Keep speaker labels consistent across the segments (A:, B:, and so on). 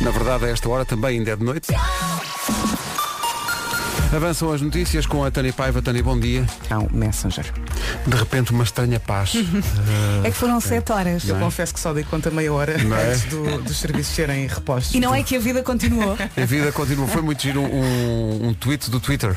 A: Na verdade, a esta hora também ainda é de noite. Avançam as notícias com a Tânia Paiva. Tânia, bom dia.
B: Há um Messenger.
A: De repente, uma estranha paz.
C: É que foram 7 horas.
B: Eu confesso que só dei conta meia hora
A: é? Não é?
B: antes do- dos serviços serem repostos.
C: E não é que a vida continuou.
A: A vida continua. Foi muito giro um, um tweet do Twitter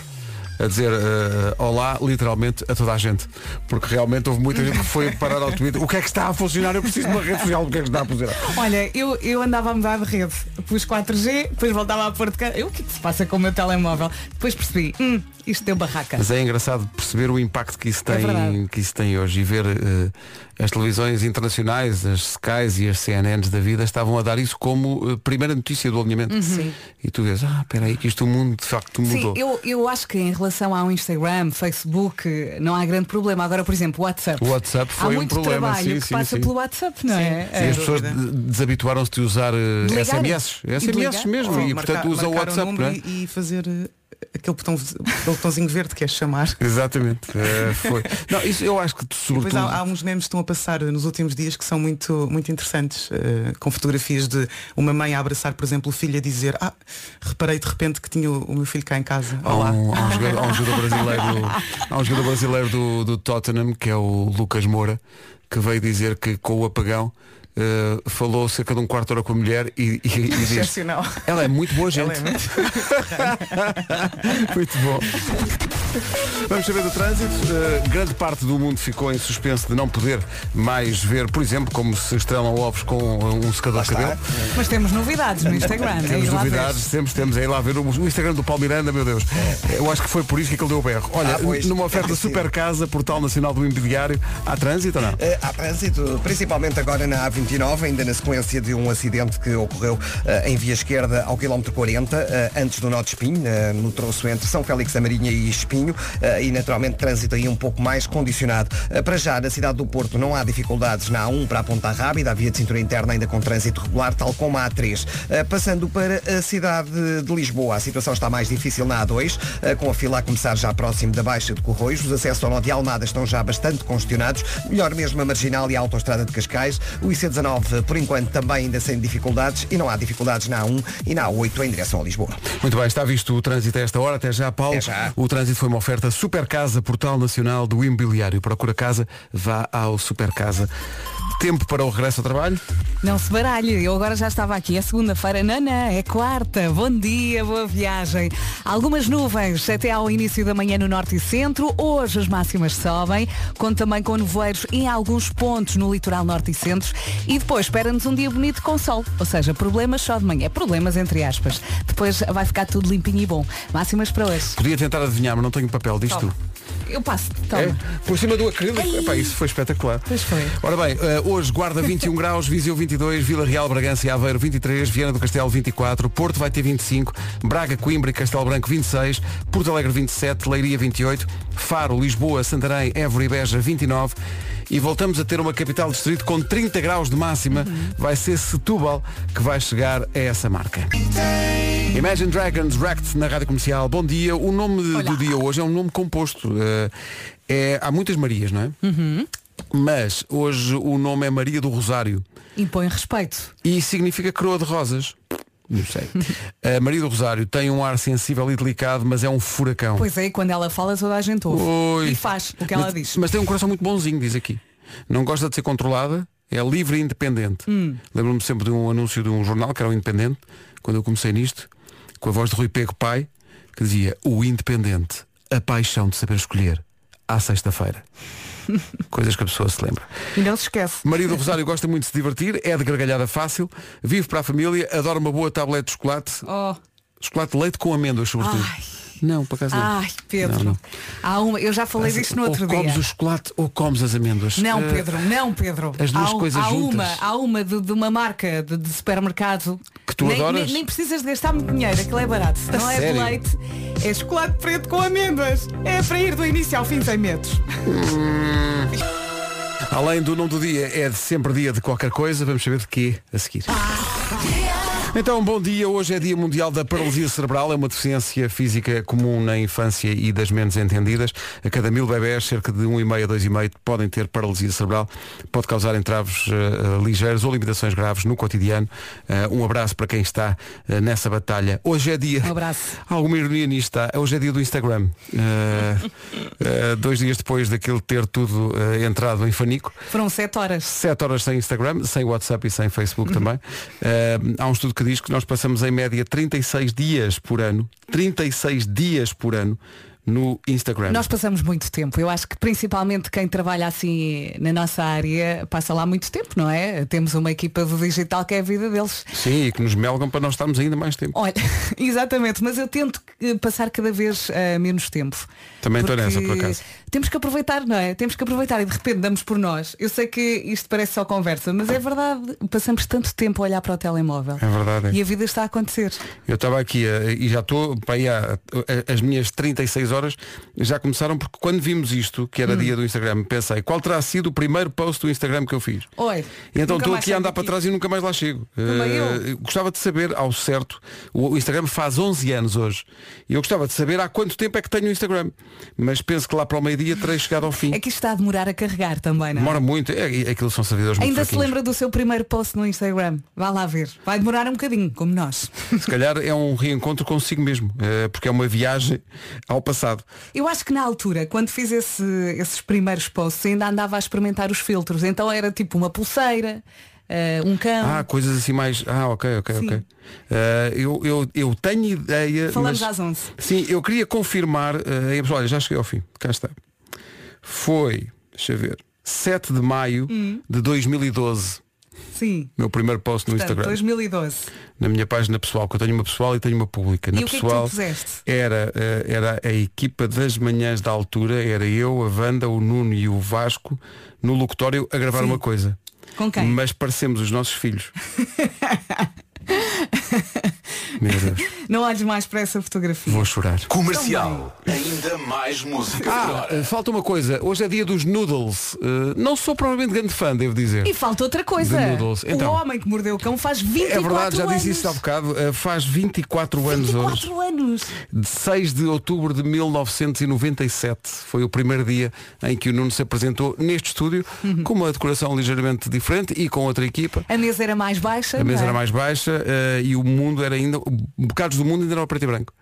A: a dizer eh, olá literalmente a toda a gente. Porque realmente houve muita gente que foi parar ao Twitter. O que é que está a funcionar? Eu preciso de uma rede social. O que é que está a funcionar?
C: Olha, eu, eu andava a mudar de rede. Pus 4G, depois voltava a pôr de cara. Eu, O que é que se passa com o meu telemóvel? Depois percebi, hum, isto deu barraca.
A: Mas é engraçado perceber o impacto que isso
C: É
A: tem,
C: verdade.
A: que isso tem hoje e ver eh, as televisões internacionais, as Skys e as CNNs da vida estavam a dar isso como eh, primeira notícia do alinhamento.
C: Sim.
A: E tu vês, ah, espera aí, que isto o mundo de facto
C: Sim,
A: mudou.
C: eu, eu acho que em relação ao Instagram, Facebook, não há grande problema. Agora, por exemplo, WhatsApp.
A: O WhatsApp foi
C: há
A: um
C: muito
A: problema,
C: trabalho
A: sim,
C: que
A: sim,
C: passa
A: sim.
C: pelo WhatsApp, não é?
A: E
C: É.
A: as pessoas
B: dúvida.
A: de- desabituaram-se de usar eh,
C: De ligar.
A: SMS.
C: E de
A: SMS
C: ligar. Oh,
A: mesmo.
B: Ou
A: e
B: marcar-
A: portanto usa o
B: marcar
A: WhatsApp,
B: número
A: não é?
B: e, e fazer eh, aquele, botão, aquele botãozinho verde que é chamar.
A: Exatamente. Eh, foi. Não, isso eu acho que
B: Depois
A: sobretudo.
B: há, há uns memes que estão a passar nos últimos dias que são muito, muito interessantes, eh, com fotografias de uma mãe a abraçar, por exemplo, o filho a dizer, ah, reparei de repente que tinha o, o meu filho cá em casa.
A: Há
B: Olá.
A: um, há um jogador, há um jogador brasileiro, há um jogador brasileiro do, do Tottenham, que é o Lucas Moura, que veio dizer que com o apagão eh, falou cerca de um quarto de hora com a mulher e, e, e diz.
B: Excepcional.
A: Ela é muito boa
B: Ela
A: gente.
B: é muito-
A: é Muito bom. Vamos saber do trânsito. Uh, grande parte do mundo ficou em suspenso de não poder mais ver, por exemplo, como se estrelam ovos com um secador de cabelo.
C: É. Mas temos novidades no Instagram. é
A: Temos
C: ir lá ver.
A: novidades, sempre temos aí lá ver o o Instagram do Paulo Miranda, meu Deus. Eu acho que foi por isso que ele deu o berro. Olha,
D: É. Ah, pois.
A: numa oferta Super Casa, Portal Nacional do Imobiliário, há trânsito ou não?
D: Eh, Há trânsito, principalmente agora na A29, ainda na sequência de um acidente que ocorreu eh, em via esquerda ao quilómetro 40, eh, antes do Nó de Espinho, eh, no troço entre São Félix da Marinha e Espinho, eh, e naturalmente trânsito aí um pouco mais condicionado. Eh, Para já, na cidade do Porto não há dificuldades na A1 para a Ponta Rábida, a via de cintura interna ainda com trânsito regular, tal como a A3. Eh, Passando para a cidade de Lisboa, a situação está mais difícil na A2, eh, com a fila a começar já próximo da Baixa de Corroios, os acessos ao Nó de Almada estão já bastante congestionados, melhor mesmo a Marginal e a Autostrada de Cascais, o IC19 por enquanto também ainda sem dificuldades e não há dificuldades na A1 e na A8 em direção a Lisboa.
A: Muito bem, está visto o trânsito a esta hora. Até já, Paulo.
D: Até É já.
A: O trânsito foi uma oferta Super Casa, Portal Nacional do Imobiliário. Procura casa, vá ao Super Casa. Tempo para o regresso ao trabalho?
C: Não se baralhe, eu agora já estava aqui. É segunda-feira, nana, é quarta. Bom dia, boa viagem. Algumas nuvens até ao início da manhã no norte e centro. Hoje as máximas sobem, conto também com nevoeiros em alguns pontos no litoral norte e centro. E depois espera-nos um dia bonito com sol. Ou seja, problemas só de manhã, problemas entre aspas. Depois vai ficar tudo limpinho e bom. Máximas para hoje.
A: Podia tentar adivinhar, mas não tenho papel, diz
C: Toma.
A: tu.
C: Eu passo,
A: É?
C: toma.
A: Por cima do acrílico. Epá, isso foi espetacular.
C: Pois foi.
A: Ora bem, eh, hoje Guarda 21 graus, Viseu 22, Vila Real, Bragança e Aveiro 23, Viana do Castelo 24, Porto vai ter 25, Braga, Coimbra e Castelo Branco 26, Porto Alegre 27, Leiria 28, Faro, Lisboa, Santarém, Évora e Beja 29 e voltamos a ter uma capital distrito com 30 graus de máxima.
C: Uhum.
A: Vai ser Setúbal que vai chegar a essa marca. Imagine Dragons Wrecked na Rádio Comercial. Bom dia. O nome de- do dia hoje é um nome composto. Eh, é, há muitas Marias, não é?
C: Uhum.
A: Mas hoje o nome é Maria do Rosário
C: Impõe respeito.
A: e significa coroa de rosas. Não sei. A Maria do Rosário tem um ar sensível e delicado, mas é um furacão.
C: Pois é, e quando ela fala, toda a gente ouve.
A: Oi.
C: E faz o que ela
A: mas,
C: diz.
A: Mas tem um coração muito bonzinho, diz aqui. Não gosta de ser controlada, é livre e independente.
C: Hum.
A: Lembro-me sempre de um anúncio de um jornal que era o Independente, quando eu comecei nisto, com a voz de Rui Pego Pai, que dizia O Independente, a paixão de saber escolher, à sexta-feira. Coisas que a pessoa se lembra.
C: E não se esquece.
A: Maria do Rosário gosta muito de se divertir, é de gargalhada fácil, vive para a família, adora uma boa tablete de chocolate,
C: Oh.
A: chocolate de leite com amêndoas, sobretudo.
C: Ai.
A: Não, por acaso não.
C: Ai, Pedro.
A: Não, não.
C: Há uma, eu já falei disto no outro
A: ou comes
C: dia.
A: o chocolate ou comes as amêndoas.
C: Não,
A: Eh,
C: Pedro, não, Pedro.
A: as duas
C: há, um-
A: coisas
C: há
A: juntas.
C: uma, há uma de, de uma marca de, de supermercado
A: Que tu
C: nem,
A: adoras?
C: Nem, nem precisas de gastar muito dinheiro, aquilo é barato. não é de
A: sério?
C: leite, é chocolate preto com amêndoas. É para ir do início ao fim sem medos.
A: Além do nome do dia, é de sempre dia de qualquer coisa, vamos saber de quê a seguir. Então, bom dia. Hoje é Dia Mundial da Paralisia Cerebral. É uma deficiência física comum na infância e das menos entendidas. A cada mil bebés, cerca de 1,5 a 2,5 podem ter paralisia cerebral. Pode causar entraves eh, ligeiros ou limitações graves no cotidiano. Eh, um abraço para quem está eh, nessa batalha. Hoje é dia...
C: Um abraço.
A: Há Alguma ironia nisto está. Hoje é dia do Instagram. Eh, eh, dois dias depois daquilo ter tudo eh, entrado em fanico.
C: Foram sete horas.
A: 7 horas sem Instagram, sem WhatsApp e sem Facebook também. Eh, há um estudo que diz que nós passamos em média 36 dias por ano, 36 dias por ano no Instagram.
C: Nós passamos muito tempo. Eu acho que principalmente quem trabalha assim na nossa área passa lá muito tempo, não é? Temos uma equipa do digital que é a vida deles.
A: Sim, e que nos melgam para nós estarmos ainda mais tempo.
C: Olha, exatamente, mas eu tento eh, passar cada vez eh, menos tempo.
A: Também estou
C: Porque
A: nessa, por acaso.
C: Temos que aproveitar, não é? Temos que aproveitar e de repente damos por nós. Eu sei que isto parece só conversa, mas é verdade, passamos tanto tempo a olhar para o telemóvel.
A: É verdade.
C: E a vida está a acontecer.
A: Eu estava aqui eh, e já estou para aí há- eh, as minhas 36 horas já começaram porque quando vimos isto, que era
C: Hum.
A: dia do Instagram, pensei, qual terá sido o primeiro post do Instagram que eu fiz?
C: Olha,
A: E então
C: nunca
A: estou
C: mais
A: aqui a
C: saio
A: andar para
C: daqui.
A: trás e nunca mais lá chego.
C: Também
A: Eh, Gostava de saber ao certo, o o Instagram faz 11 anos hoje, e eu gostava de saber há quanto tempo é que tenho o Instagram. Mas penso que lá para o meio-dia terei chegado ao fim.
C: É que isto está a demorar a carregar também, não é?
A: Demora muito, é, é- aquilo são servidores muito
C: Ainda se
A: fraquinhos.
C: lembra do seu primeiro post no Instagram? Vá lá ver. Vai demorar um bocadinho, como nós.
A: Se calhar é um reencontro consigo mesmo, eh, porque é uma viagem ao passado.
C: Eu acho que na altura, quando fiz esse- esses primeiros posts, ainda andava a experimentar os filtros. Então era tipo uma pulseira, eh, um cão.
A: Ah, coisas assim mais. Ah, ok, ok,
C: Sim.
A: ok. Eh, eu, eu, eu tenho ideia.
C: Falamos
A: mas-
C: às 11.
A: Sim, eu queria confirmar. eh, olha, já cheguei ao fim. Cá está. Foi, deixa eu ver, 7 de maio
C: Hum.
A: de 2012.
C: Sim.
A: Meu primeiro post no
C: Portanto,
A: Instagram.
C: 2012.
A: Na minha página pessoal, que eu tenho uma pessoal e tenho uma pública. Na
C: E o que é que tu
A: pessoal
C: puseste?
A: era, eh, era a equipa das manhãs da altura, era eu, a Wanda, o Nuno e o Vasco no locutório a gravar
C: Sim.
A: uma coisa.
C: Com quem?
A: Mas parecemos os nossos filhos. Meu Deus,
C: Não olhes mais para essa fotografia.
A: vou chorar.
E: Comercial. Ainda mais música
A: Ah,
E: melhor.
A: eh, falta uma coisa. Hoje é dia dos noodles. Eh, não sou provavelmente grande fã, devo dizer.
C: E falta outra coisa.
A: De noodles. Então.
C: o homem que mordeu o cão faz 24
A: É
C: anos.
A: verdade, já disse isso há bocado. Eh, faz 24 anos hoje.
C: 24 anos.
A: De 6 de outubro de 1997 foi o primeiro dia em que o Nuno se apresentou neste estúdio com uma decoração ligeiramente diferente e com outra equipa.
C: A mesa era mais baixa.
A: A mesa
C: não é?
A: era mais baixa eh, e o mundo era ainda. Bocados do mundo ainda eram preto e branco.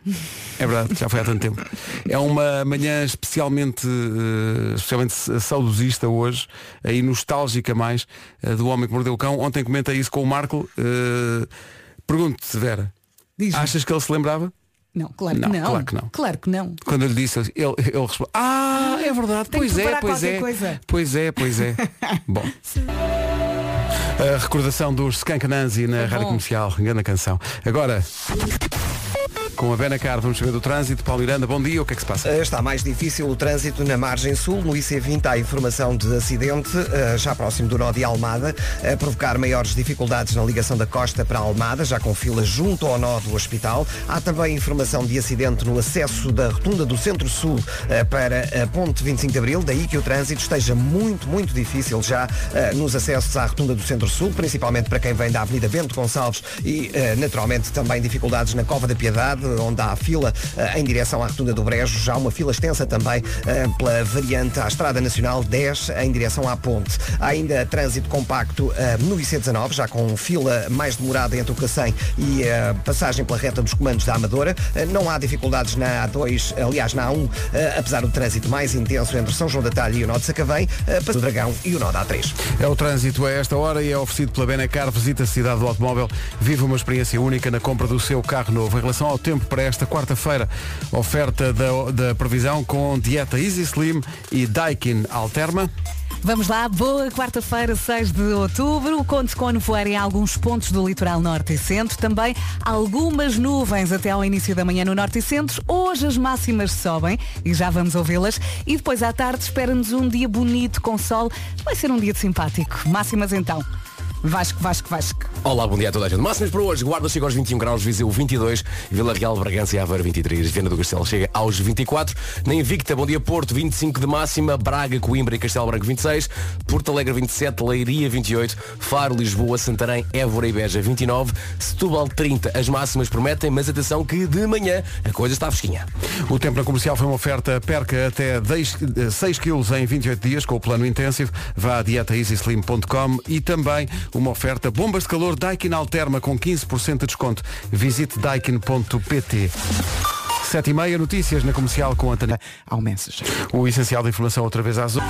A: É verdade, já foi há tanto tempo. É uma manhã especialmente, eh, especialmente saudosista hoje, aí nostálgica mais, eh, do Homem que Mordeu o Cão. Ontem comentei isso com o Marco. eh, Pergunto-te, Vera,
C: Diz-me.
A: achas que ele se lembrava?
C: Não, claro
A: Não,
C: que não.
A: claro que não.
C: Claro que não.
A: Quando eu lhe disse, ele, ele respondeu, ah, é verdade,
C: Tem que
A: pois é,
C: preparar
A: pois
C: qualquer
A: é,
C: coisa."
A: pois é, pois é. Bom. A recordação dos Skankananzi na
C: Foi
A: Rádio
C: bom.
A: Comercial, grande canção. Agora, com a Benacar, vamos saber do trânsito. Paulo Miranda, bom dia, o que é que se passa?
D: Eh, Está mais difícil o trânsito na margem sul. No IC20 há informação de acidente, eh, já próximo do nó de Almada, a provocar maiores dificuldades na ligação da costa para Almada, já com fila junto ao nó do hospital. Há também informação de acidente no acesso da rotunda do centro-sul eh, para a ponte 25 de Abril, daí que o trânsito esteja muito, muito difícil já eh, nos acessos à rotunda do centro-sul, principalmente para quem vem da Avenida Bento Gonçalves e, eh, naturalmente, também dificuldades na Cova da Piedade, onde há fila eh, em direção à Rotunda do Brejo, já uma fila extensa também eh, pela variante à Estrada Nacional 10 em direção à Ponte. Há ainda trânsito compacto eh, no IC19, já com fila mais demorada entre o Cacém e a passagem pela reta dos comandos da Amadora. Eh, Não há dificuldades na A2, aliás na A1, eh, apesar do trânsito mais intenso entre São João da Talha e o Nó de Sacavém, eh, para o Dragão e o Nó da A3.
A: É o trânsito a esta hora e é oferecido pela Benacar. Visita a cidade do automóvel. Vive uma experiência única na compra do seu carro novo. Em relação ao tempo para esta quarta-feira, oferta da, da previsão com dieta Easy Slim e Daikin Alterma.
C: Vamos lá, boa quarta-feira, 6 de outubro. Conto com nevoeiro em alguns pontos do litoral norte e centro. Também algumas nuvens até ao início da manhã no norte e centro. Hoje as máximas sobem e já vamos ouvi-las. E depois à tarde espera-nos um dia bonito com sol. Vai ser um dia de simpático. Máximas então. Vasco, Vasco, Vasco.
F: Olá, bom dia a toda a gente. Máximos para hoje. Guarda chega aos 21 graus, Viseu 22, Vila Real, Bragança e Aveiro 23, Viana do Castelo chega aos 24, na Invicta, bom dia Porto 25 de máxima, Braga, Coimbra e Castelo Branco 26, Porto Alegre 27, Leiria 28, Faro, Lisboa, Santarém, Évora e Beja 29, Setúbal 30. As máximas prometem, mas atenção que de manhã a coisa está fresquinha.
A: O tempo na comercial foi uma oferta perca até 10, eh, 6 quilos em 28 dias com o plano intensivo. Vá a dietaeasyslim.com e também uma oferta bombas de calor Daikin Alterma com 15% de desconto. Visite daikin.pt. 7 e meia notícias na comercial com a Tânia.
B: Ao Message.
A: O essencial da informação outra vez às 8.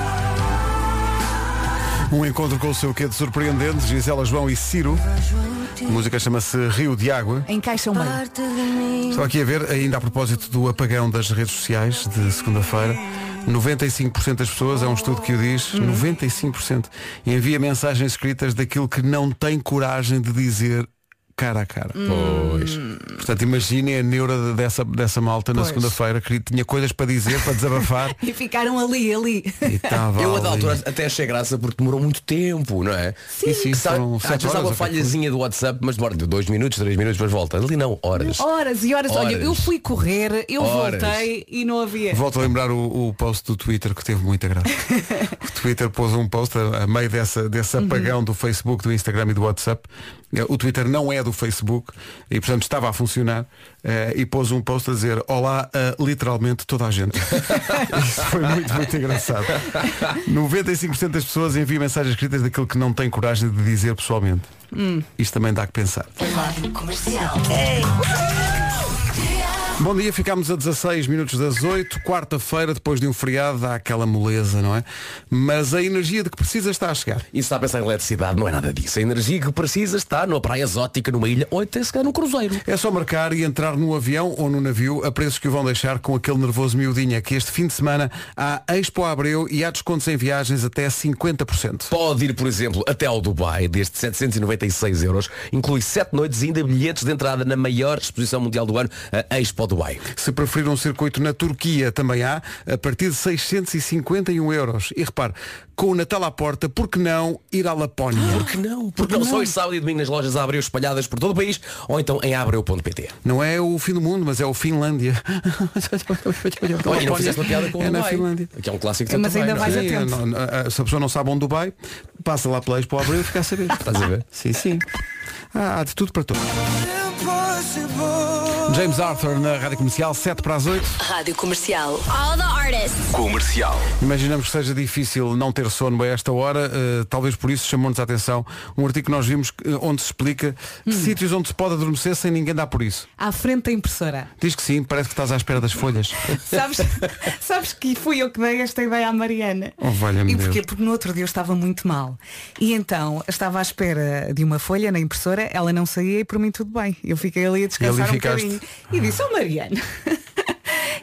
A: Um encontro com o seu quê de surpreendente, Gisela João e Ciro. A música chama-se Rio de Água.
C: Encaixam bem.
A: Estou aqui a ver, ainda a propósito do apagão das redes sociais de segunda-feira, 95% das pessoas, é um estudo que o diz,
F: Uhum.
A: 95% envia mensagens escritas daquilo que não tem coragem de dizer cara a cara.
F: Hum. Pois.
A: Portanto, imaginem a neura de- dessa, dessa malta na
C: Pois.
A: segunda-feira que tinha coisas para dizer, para desabafar.
C: E ficaram ali, ali.
A: e estava
F: Eu a da
A: ali.
F: altura até achei graça porque demorou muito tempo, não é?
A: Sim, sim,
F: Que sabe-
A: foram
F: às
A: sete
F: vezes há
A: horas,
F: uma
A: ou
F: falhazinha do WhatsApp, mas demora de dois minutos, três minutos, mas volta. Ali não, horas.
C: Horas e horas. Olha,
F: Horas.
C: eu fui correr, eu
F: Horas.
C: voltei e não havia.
A: Volto a lembrar o, o post do Twitter que teve muita graça. o Twitter pôs um post a, a meio dessa, desse apagão do Facebook, do Instagram e do WhatsApp. Eh, O Twitter não é do Facebook e, portanto, estava a funcionar eh, e pôs um post a dizer Olá a literalmente toda a gente. Isso foi muito, muito engraçado. 95% das pessoas enviam mensagens escritas daquilo que não têm coragem de dizer pessoalmente. Isto também dá que pensar. Bom dia, ficámos a 16 minutos das 8, quarta-feira, depois de um feriado, dá aquela moleza, não é? Mas a energia de que precisa está a chegar.
F: Isso está a pensar em eletricidade, não é nada disso. A energia que precisa está numa praia exótica, numa ilha, ou até se calhar num cruzeiro.
A: É só marcar e entrar no avião ou no navio a preços que o vão deixar com aquele nervoso miudinho. É que este fim de semana há Expo Abreu e há descontos em viagens até 50%.
F: Pode ir, por exemplo, até ao Dubai, desde 796 euros, inclui sete noites e ainda bilhetes de entrada na maior exposição mundial do ano, a Expo Dubai.
A: Se preferir um circuito na Turquia, também há, a partir de 651 euros. E repare, com o Natal à porta, por que não ir à Lapónia?
F: Por que não? Porque não, só este sábado e domingo nas lojas Abreu espalhadas por todo o país, ou então em abreu.pt.
A: Não é o fim do mundo, mas é o Finlândia.
F: Olha, e não fizeste uma piada com o
A: é na
F: Dubai,
A: Finlândia.
F: que é um clássico teu
C: Mas
F: também,
C: ainda
F: não é?
C: vais a
A: Sim,
C: tempo.
A: não, não, ah, se a pessoa não sabe onde Dubai, passa lá pela Expo Abreu e fica a saber.
F: Estás a ver?
A: Sim, sim. Ah, há de tudo para todos. James Arthur na Rádio Comercial, 7 para as 8.
G: Rádio Comercial.
H: All the artists.
E: Comercial.
A: Imaginamos que seja difícil não ter sono a esta hora, eh, talvez por isso chamou-nos a atenção um artigo que nós vimos que- onde se explica
C: Hum.
A: sítios onde se pode adormecer sem ninguém dar por isso.
C: À frente da impressora.
A: Diz que sim, parece que estás à espera das folhas.
C: Sabes, sabes que fui eu que dei esta ideia à Mariana.
A: Oh, valha-me
C: e porquê?
A: Deus.
C: Porque no outro dia eu estava muito mal. E então estava à espera de uma folha na impressora, ela não saía e para mim tudo bem. Eu fiquei ali a
A: E ali
C: descansar um
A: ficaste.
C: bocadinho. E disse, oh Mariana.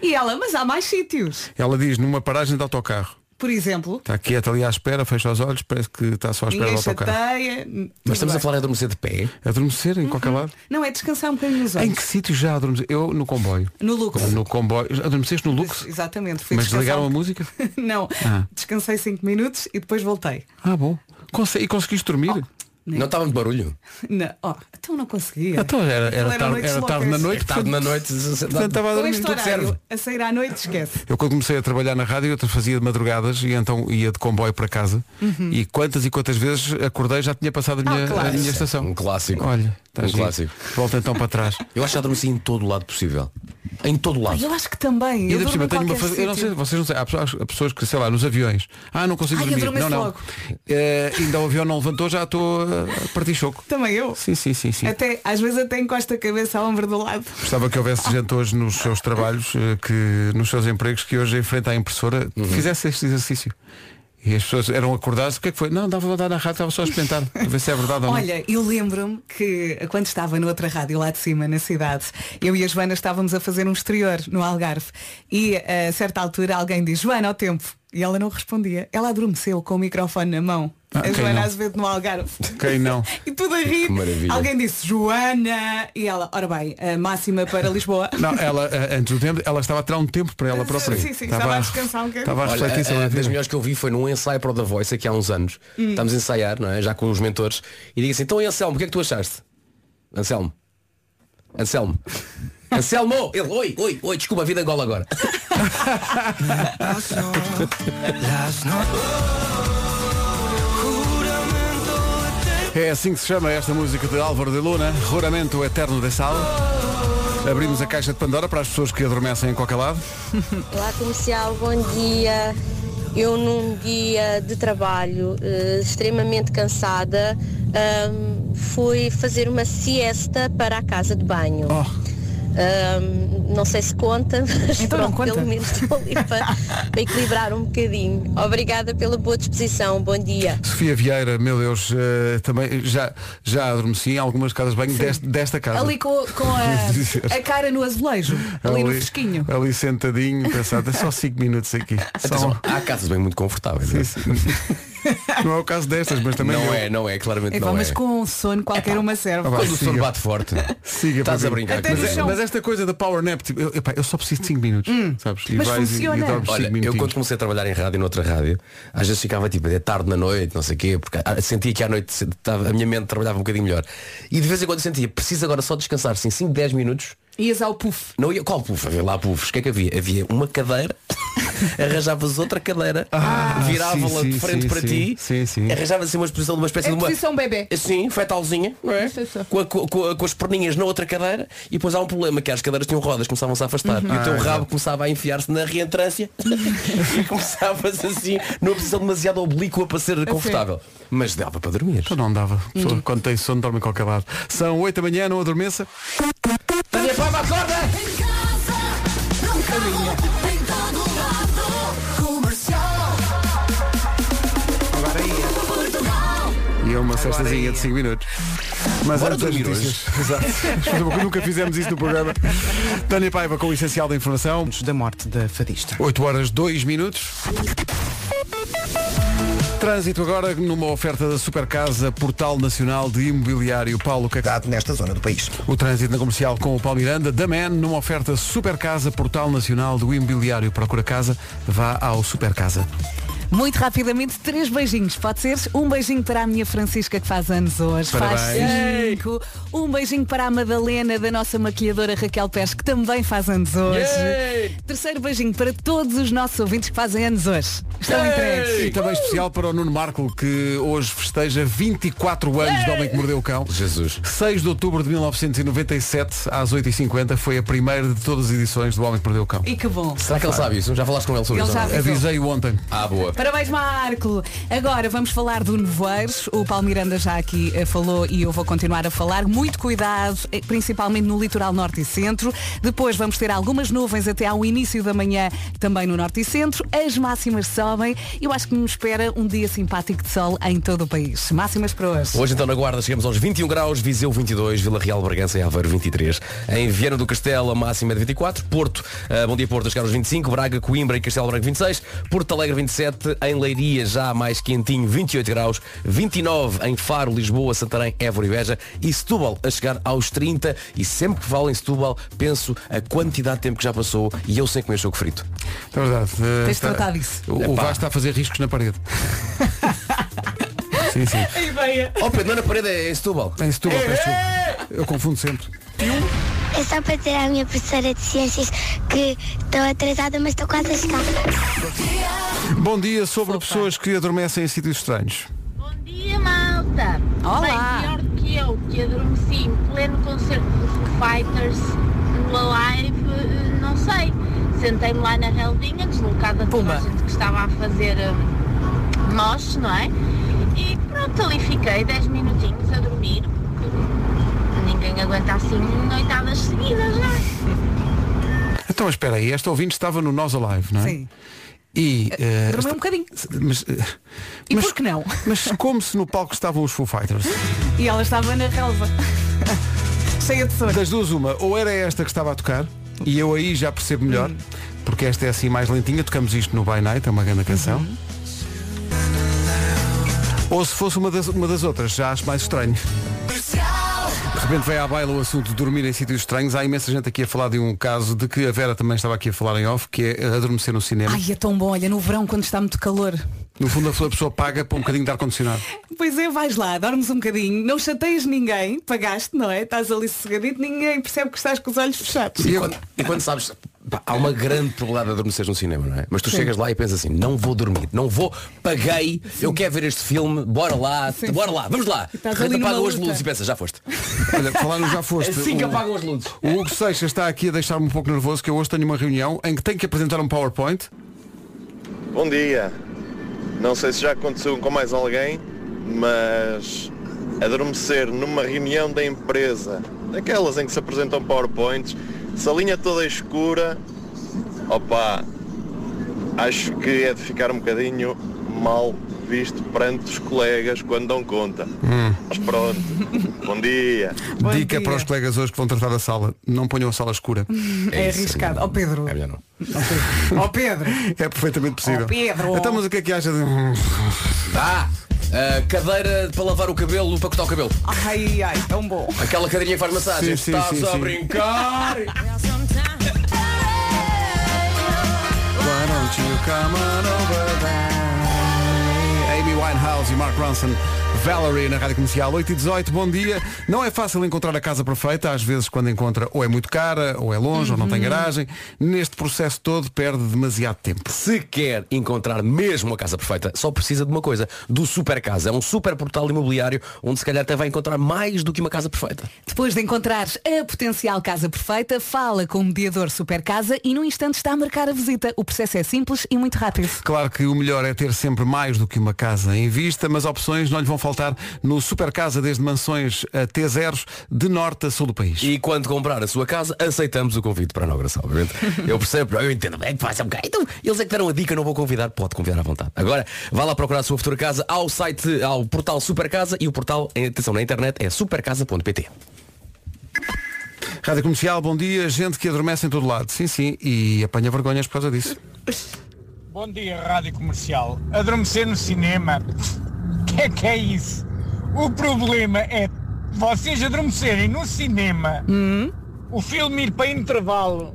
C: e ela, mas há mais sítios.
A: Ela diz, numa paragem de autocarro.
C: Por exemplo,
A: Está quieta ali à espera, fecha os olhos, parece que está só à espera
C: ninguém
A: do autocarro.
C: chateia. tudo
F: Mas estamos a
C: bem.
F: falar de adormecer de pé.
A: Adormecer em qualquer lado.
C: Não, é descansar um bocadinho nos
A: Em
C: olhos.
A: que sítio já adormeceu? Eu no comboio.
C: No Lux.
A: No comboio. Adormeceste no Lux?
C: Exatamente. Fui
A: Mas
C: descansar
A: desligaram
C: um-
A: a música?
C: Não,
A: Ah.
C: descansei 5 minutos e depois voltei.
A: Ah, bom. Conse- e conseguiste dormir?
F: Não estava muito barulho.
C: Não, oh, então não conseguia.
A: Então era,
C: Aquilo
A: era, tarde,
C: eram noites
A: era tarde na
C: loucas.
A: noite.
F: É tarde na noite.
A: Portanto, estava a
C: Com
A: dormir.
C: este
A: Tudo
C: horário,
A: serve.
C: a sair à noite, esquece.
A: Eu quando comecei a trabalhar na rádio, eu fazia de madrugadas e então ia de comboio para casa. E quantas e quantas vezes acordei já tinha passado a minha,
C: claro.
A: a minha estação.
F: Um clássico.
A: Olha, está
F: um
A: giro.
F: clássico.
A: Volta então para trás.
F: Eu acho que adormeci em todo o lado possível. Em todo o lado.
C: Eu acho que também.
A: E
C: Eu
A: ainda por cima, tenho
C: durmo em
A: uma
C: qualquer
A: fase, eu não sei,
C: sítio.
A: vocês não sei, há pessoas, há pessoas que, sei lá, nos aviões, ah, não consigo
C: Ai, eu
A: dormir.
C: adormeço
A: Não, não.
C: logo.
A: Eh, ainda o avião não levantou, já estou a partir choco.
C: Também eu.
A: Sim, sim, sim, sim.
C: Até, às vezes até encosta a cabeça ao ombro do lado.
A: Gostava que houvesse
C: Ah.
A: gente hoje nos seus trabalhos, eh, que, nos seus empregos, que hoje em frente à impressora fizesse este exercício. E as pessoas eram acordadas, o que é que foi? Não, dava a dar na rádio, estava só a experimentar, a ver se é verdade ou não.
C: Olha, eu lembro-me que eh, quando estava noutra rádio lá de cima, na cidade, eu e a eh, Joana estávamos a fazer um exterior no Algarve. E a certa altura alguém diz, Joana, ao tempo. E ela não respondia. Ela adormeceu com o microfone na mão.
A: Ah,
C: a
A: quem
C: Joana
A: não?
C: Azevedo no Algarve.
A: Quem não?
C: E tudo a rir.
F: Que maravilha.
C: Alguém disse Joana. E ela, ora bem, a máxima para Lisboa.
A: Não, ela, eh, antes do tempo, ela estava a tirar um tempo para ela própria.
C: Sim, sim, estava a descansar um bocadinho.
A: Estava a
F: Olha,
A: refletir sobre
F: a-
A: a
F: a das
A: vida.
F: melhores que eu vi foi num ensaio para o The Voice aqui há uns anos.
C: Hum.
F: Estamos a ensaiar, não é? Já com os mentores. E digo assim, então Anselmo, o que é que tu achaste? Anselmo. Anselmo. Anselmo! Ele, oi, oi, oi, desculpa, vida gola agora.
C: um.
A: É assim que se chama esta música de Álvaro de Luna, Roramento Eterno de Sal. Abrimos a caixa de Pandora para as pessoas que adormecem em qualquer lado.
G: Olá comercial, bom dia. Eu num dia de trabalho eh, extremamente cansada ahm, fui fazer uma siesta para a casa de banho.
F: Oh.
G: Ahm, não sei se conta, mas
C: Então não
G: pronto,
C: conta.
G: pelo menos estou ali para, para equilibrar um bocadinho. Obrigada pela boa disposição, bom dia.
A: Sofia Vieira, meu Deus, eh, também já, já adormeci em algumas casas de banho deste- desta casa.
C: Ali com, com a, a cara no azulejo. Ali, no fresquinho.
A: ali sentadinho, pensado, é só 5 minutos aqui.
F: Atenção,
A: Só...
F: há casas bem muito confortáveis. não é?
A: Não é o caso destas, mas também
F: Não
A: eu.
F: é, não é, claramente
C: É, pá,
F: não é.
C: mas com sono qualquer uma serve.
A: Epá,
F: Quando o senhor
A: siga.
F: bate forte,
A: Siga
F: estás
A: para
F: a
A: mim.
F: brincar.
C: Até
F: com
C: no
A: Mas,
F: isso.
A: é-
C: chão.
A: mas esta coisa da power nap, tipo, eu, epá, eu só preciso de 5 minutos, sabes? E
C: Hum. Mas
A: vais e- e,
C: funciona.
A: dormes
F: Olha,
A: 5
F: eu
A: minutinhos.
F: quando comecei a trabalhar em rádio e noutra rádio, às vezes ficava tipo até tarde na noite, não sei o quê, porque ah, sentia que à noite se- tava- a minha mente trabalhava um bocadinho melhor. E de vez em quando sentia, preciso agora só descansar, sim, 5, 10 minutos.
C: Ias ao puff.
F: Não ia, qual puf? Havia lá pufos. O que é que havia? Havia uma cadeira, arranjavas outra cadeira, virava-la
A: sim,
F: de
A: sim,
F: frente
A: sim,
F: para
A: sim.
F: ti,
A: Sim, sim.
F: arranjava-se uma exposição de uma espécie
C: É
F: de uma.
C: posição bebê.
F: Assim, fetalzinha, não é?
C: Sim, sim.
F: Com, a- com- com a- com as perninhas na outra cadeira e depois há um problema que as cadeiras tinham rodas, começavam-se a afastar. E o teu rabo começava a enfiar-se na reentrância e começavas assim numa posição demasiado oblíqua para ser confortável. Mas dava para dormir.
A: Então não dava.
F: Uhum.
A: A pessoa, Quando tem sono dorme em qualquer lado. São 8 da manhã, não adormeça.
F: Tânia Paiva, é, acorda!
A: E é uma cestazinha de 5 minutos. Mas
F: Bora
A: antes das
F: dormir
A: notícias. Exato. Desculpa, porque nunca fizemos isso no programa. Tânia Paiva com o essencial da informação.
B: Da morte da fadista.
A: 8 horas 2 minutos. Trânsito agora numa oferta da Supercasa, Portal Nacional de Imobiliário. Paulo, o que é que
D: Dado nesta zona do país.
A: O trânsito na comercial com o Paulo Miranda, da Man, numa oferta Supercasa, Portal Nacional do Imobiliário. Procura casa, vá ao Supercasa.
C: Muito rapidamente, três beijinhos. Pode ser? Um beijinho para a minha Francisca que faz anos hoje. Faz
F: Parabéns.
C: cinco. Um beijinho para a Madalena da nossa maquiadora Raquel Pérez que também faz anos hoje.
F: Yay.
C: Terceiro beijinho para todos os nossos ouvintes que fazem anos hoje. Estão
F: Yay.
C: entregues.
A: E também especial para o Nuno Marco, que hoje festeja 24 anos do Homem que Mordeu o Cão.
F: Jesus.
A: 6 de outubro de 1997, às 8h50, foi a primeira de todas as edições do Homem que Mordeu o Cão.
C: E que bom.
F: Será que ele sabe isso? Já falaste com ele sobre
C: Ele
F: isso?
C: já
F: ou não?
C: avisou.
A: Avisei-o ontem.
F: Ah, boa.
C: Parabéns, Marco! Agora vamos falar do nevoeiros. O Paulo Miranda já aqui eh, falou e eu vou continuar a falar. Muito cuidado, eh, principalmente no litoral norte e centro. Depois vamos ter algumas nuvens até ao início da manhã também no norte e centro. As máximas sobem. Eu acho que nos espera um dia simpático de sol em todo o país. Máximas para hoje.
F: Hoje então na Guarda chegamos aos 21 graus, Viseu 22, Vila Real, Bragança e Aveiro 23. Em Viana do Castelo a máxima é de 24, Porto, eh, bom dia Porto, a chegar aos 25, Braga, Coimbra e Castelo Branco 26, Porto Alegre 27, em Leiria já mais quentinho 28 graus, 29 em Faro, Lisboa, Santarém, Évora e Beja e Setúbal a chegar aos 30 e sempre que falo em Setúbal penso a quantidade de tempo que já passou e eu sei comer choco frito.
A: É verdade. eh,
C: Tens de tratar disso.
A: O, o
F: Epá.
A: Vasco está a fazer riscos na parede. sim, sim.
F: Oh Pedro, não é na parede, é em Setúbal.
A: Em Setúbal, peço desculpa. Eu confundo sempre.
H: É só para dizer à minha professora de ciências que estou atrasada, mas estou quase a chegar.
A: Bom dia sobre pessoas que adormecem em sítios estranhos.
I: Bom dia, malta!
C: Olá.
I: Bem, pior que eu, que adormeci em pleno concerto do Foo Fighters numa live, eh, não sei. Sentei-me lá na reldinha, deslocada de toda
C: Pumba.
I: a gente que estava a fazer eh, nós, não é? E pronto, ali fiquei 10 minutinhos a dormir. Ninguém aguenta assim noitadas seguidas, não é?
A: Então mas espera aí, esta ouvinte estava no Nós Alive, não é?
C: Sim.
A: E, eh,
C: Dormi um bocadinho.
A: esta- Mas, eh,
C: E por que não?
A: Mas como se no palco estavam os Foo Fighters?
C: E ela estava na relva. Cheia de sono.
A: Das duas uma, ou era esta que estava a tocar, e eu aí já percebo melhor, porque esta é assim mais lentinha. Tocamos isto no By Night, é uma grande canção. Ou se fosse uma das, uma das outras, já acho mais estranho. De repente veio à baila o assunto de dormir em sítios estranhos. Há imensa gente aqui a falar de um caso de que a Vera também estava aqui a falar em off, que é adormecer no cinema.
C: Ai, é tão bom, olha, no verão quando está muito calor.
A: No fundo, a pessoa paga para um bocadinho de ar-condicionado.
C: Pois é, vais lá, dormes um bocadinho, não chateias ninguém, pagaste, não é? Estás ali sossegadito, ninguém percebe que estás com os olhos fechados.
F: E quando, e quando sabes, pá, há uma grande probabilidade de adormeceres no cinema, não é? Mas tu chegas lá e pensas assim, não vou dormir, não vou, paguei, eu quero ver este filme, bora lá, Ah, bora lá, vamos lá.
C: E estás
F: De repente
C: ali numa
F: apagam as
C: luta.
F: luzes e pensas, já foste.
A: Olha, falaram já foste.
F: Assim que
A: O-
F: apagam as luzes.
A: O Hugo Seixas está aqui a deixar-me um pouco nervoso que eu hoje tenho uma reunião em que tenho que apresentar um PowerPoint.
J: Bom dia. Não sei se já aconteceu com mais alguém, mas adormecer numa reunião da empresa, daquelas em que se apresentam PowerPoints, salinha toda é escura, opa, acho que é de ficar um bocadinho mal visto perante os colegas quando dão conta. Mas pronto, bom dia.
C: Bom
A: Dica
C: dia.
A: para os colegas hoje que vão tratar da sala. Não ponham a sala escura.
C: É arriscado. Ó Pedro.
F: É melhor não.
C: Ó Pedro.
A: É perfeitamente possível.
C: Oh, Pedro.
A: Então, mas o que é que acha de...
F: Ah, a cadeira para lavar o cabelo, para cortar o cabelo.
C: Ai, ai,
B: é um
C: tão bom.
F: Aquela cadeirinha que faz massagem.
A: Sim, sim,
F: Estás
A: sim,
F: a
A: sim.
F: brincar.
A: Why don't you come on over there? Amy Winehouse e Mark Ronson. Valerie na Rádio Comercial 8 e 18, bom dia. Não é fácil encontrar a casa perfeita, às vezes quando encontra ou é muito cara, ou é longe, ou não tem
C: Uhum.
A: garagem. Neste processo todo perde demasiado tempo.
F: Se quer encontrar mesmo a casa perfeita, só precisa de uma coisa, do Super Casa. É um super portal imobiliário onde se calhar até vai encontrar mais do que uma casa perfeita.
C: Depois de encontrares a potencial casa perfeita, fala com o mediador Super Casa e num instante está a marcar a visita. O processo é simples e muito rápido.
A: Claro que o melhor é ter sempre mais do que uma casa em vista, mas opções não lhe vão faltar no Super Casa, desde mansões a T0 de norte a sul do país.
F: E quando comprar a sua casa, aceitamos o convite para a inauguração, obviamente. Eu percebo, eu entendo bem que faça um bocado. Então, eles é que deram a dica, não vou convidar, pode convidar à vontade. Agora, vá lá procurar a sua futura casa ao site, ao portal Super Casa e o portal, em- atenção, na internet é supercasa.pt.
A: Rádio Comercial, bom dia. Gente que adormece em todo lado. Sim, sim. E apanha vergonhas por causa disso.
K: Bom dia, Rádio Comercial. Adormecer no cinema. O que é que é isso? O problema é vocês adormecerem no cinema, o filme ir para intervalo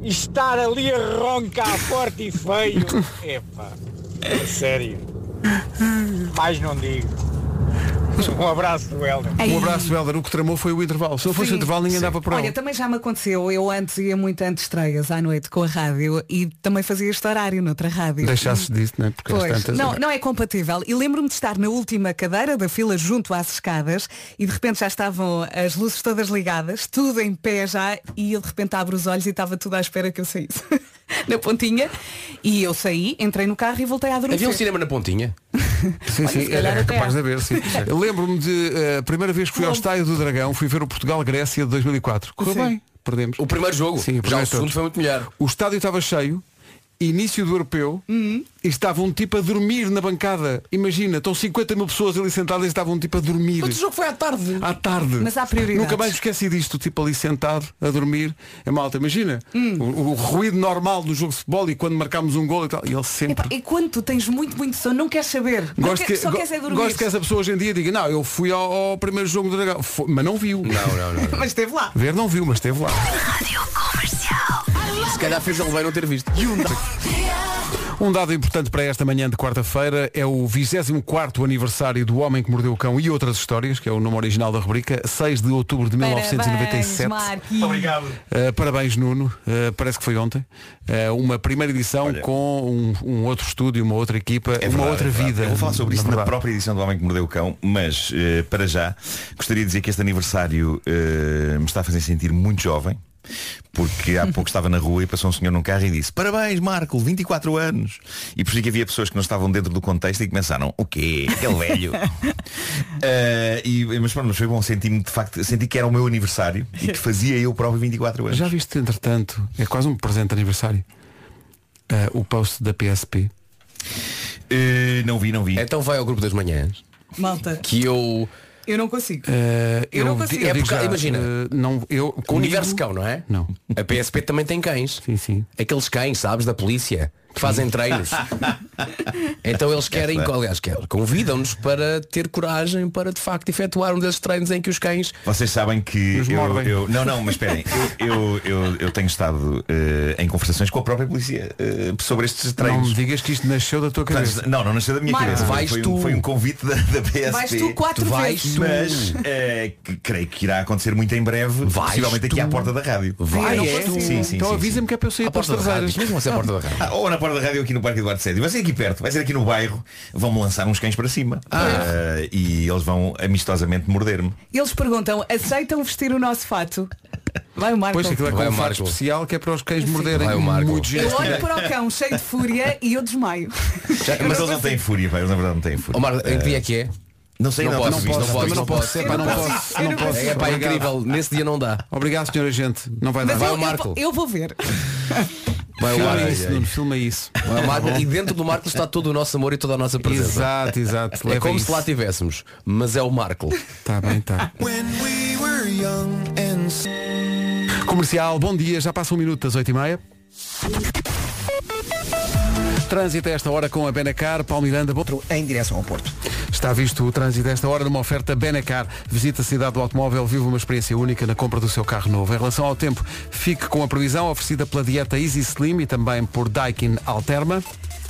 K: e estar ali a roncar forte e feio. Epá, a sério. Mais não digo. Um abraço do Helder.
A: Um abraço, Helder. O que tramou foi o intervalo. Se não fosse
C: Sim.
A: o intervalo, ninguém dava por
C: Olha, então-
A: ela.
C: também já me aconteceu. Eu antes ia muito antes estreias à noite com a rádio e também fazia este horário noutra rádio.
A: Deixasse disso, não é? Porque
C: Pois,
A: as tantas...
C: não, não é compatível. E lembro-me de estar na última cadeira da fila junto às escadas e de repente já estavam as luzes todas ligadas, tudo em pé já, e eu de repente abro os olhos e estava tudo à espera que eu saísse na pontinha. E eu saí, entrei no carro e voltei a
F: Havia um
C: adormecer.
F: cinema na pontinha.
A: Sim, sim,
C: se
A: era
C: calhar até
A: é capaz de
C: há.
A: haver, sim. Eu Lembro-me de eh, a primeira vez que fui ao Estádio do Dragão, fui ver o Portugal-Grécia de 2004. Correu bem, perdemos.
F: O primeiro jogo.
A: Sim, o
F: Já
A: primeiro
F: o segundo
A: todo.
F: foi muito melhor.
A: O estádio estava cheio, início do europeu,
C: Uhum.
A: e estava um tipo a dormir na bancada. Imagina, estão 50 mil pessoas ali sentadas e estava um tipo a dormir.
F: Mas o jogo foi à tarde.
A: À tarde.
C: Mas há prioridades.
A: Nunca mais esqueci disto, tipo ali sentado, a dormir. É malta, imagina.
C: Hum.
A: O, o ruído normal do jogo de futebol e quando marcámos um gol e tal. E ele sempre.
C: Epá, e quando tu tens muito, muito sono, não queres saber. Não
A: Gosto
C: quer-
A: que,
C: só
A: go-
C: queres é dormir.
A: gosto que essa pessoa hoje em dia diga, não, eu fui ao, ao primeiro jogo do Dragão, Foi- mas não viu.
F: Não, não, não.
C: Mas esteve lá.
A: Ver não viu, mas esteve lá.
F: Se calhar fez ele bem não ter visto.
A: Um dado importante para esta manhã de quarta-feira é o 24 aniversário do Homem que Mordeu o Cão e outras histórias, que é o nome original da rubrica, 6 de outubro de 1997.
C: Parabéns, Marco.
A: Uh, parabéns, Nuno. Uh, parece que foi ontem. Uh, uma primeira edição com um, um outro estúdio, uma outra equipa,
J: É
A: uma
J: verdade,
A: outra
J: é verdade.
A: vida.
J: Eu vou falar sobre isso
A: Na
J: na,
A: verdade.
J: própria edição do Homem que Mordeu o Cão, mas eh, para já gostaria de dizer que este aniversário eh, me está a fazer sentir muito jovem. Porque há pouco estava na rua e passou um senhor num carro e disse Parabéns Marco, 24 anos E por isso é que havia pessoas que não estavam dentro do contexto E começaram, o quê? Aquele velho Eh, e, Mas pronto, mas foi bom Senti-me de facto, senti que era o meu aniversário E que fazia eu próprio 24 anos
A: Já viste, entretanto, é quase um presente de aniversário. uh, o post da PSP.
J: Eh, Não vi, não vi
A: É
F: Então vai ao grupo das manhãs
C: Malta.
F: que eu
B: Eu não consigo.
A: Eh,
B: Eu não
A: di-
B: consigo.
A: eu
F: É
A: digo
F: porque,
A: já,
F: imagina,
A: eh, não, eu,
F: Com o universo
A: comigo-
F: cão, não é?
A: Não.
F: A PSP também tem cães.
A: Sim, sim.
F: Aqueles cães, sabes, da polícia, que fazem treinos. então eles querem,
L: Esta-
F: aliás, querem, convidam-nos para ter coragem para de facto efetuar um desses treinos em que os cães
L: Vocês sabem que
F: Nos
L: eu,
F: mordem.
L: eu- Não, não, mas esperem eu, eu, eu, eu tenho estado eh, em conversações com a própria polícia eh, sobre estes
A: Não
L: treinos
A: me digas que isto nasceu da tua cabeça.
L: Portanto, Não, não nasceu da minha
A: Marco.
L: cabeça. Foi-
A: Vais
L: foi,
A: tu.
L: Um, foi um convite da, da PSP.
A: Vais tu quatro Tu vais vezes. tu.
L: Mas eh, que- creio que irá acontecer muito em breve. possivelmente aqui à porta da rádio.
A: Ah, não
L: Sim,
A: posso?
L: sim, é? sim, sim,
A: então
L: sim.
A: avisa-me que é para eu sair para as traseiras.
L: Ah, ou na porta da rádio aqui no Parque Eduardo Sede. Vai ser aqui perto, vai ser aqui no bairro. Vão-me lançar uns cães para cima. Ah, e eles vão amistosamente morder-me.
C: Eles perguntam, aceitam vestir o nosso fato? Vai o Marco.
A: Pois aquilo é com
L: Vai
A: um
L: o
A: fato
L: Marco.
A: especial que é para os cães morderem.
L: Vai o Marco.
A: Muito
C: Eu
A: giro.
C: olho para o cão cheio de fúria e eu desmaio.
L: Já- mas eles não têm fúria, pá, eles na verdade não têm fúria.
F: Omar, em que dia é que é?
L: Não sei,
F: Não
L: não,
F: posso,
L: posso,
F: não posso,
L: também
F: não posso.
L: É,
F: Eu
L: pá,
F: não posso. Eu não posso. É, pá, incrível. Nesse dia não dá.
A: Obrigado, senhora gente. Não vai dar.
C: Mas eu, eu, eu vou ver.
F: Vai o
A: filma
F: Marco. é,
A: isso,
F: Ai, ai.
A: Nuno, filma isso.
F: Vai o Marco. E dentro do Marco está todo o nosso amor e toda a nossa presença.
A: Exato, exato.
F: É
A: Leva
F: como
A: isso.
F: se lá tivéssemos, mas é o Marco.
A: Está Tá bem, está. Comercial, bom dia, já passa um minuto das 8h30. Trânsito a esta hora com a Benacar, Paulo Miranda, bom...
D: em direção ao Porto.
A: Está visto o trânsito a esta hora numa oferta Benacar. Visita a cidade do automóvel, vive uma experiência única na compra do seu carro novo. Em relação ao tempo, fique com a previsão oferecida pela dieta Easy Slim e também por Daikin Alterma.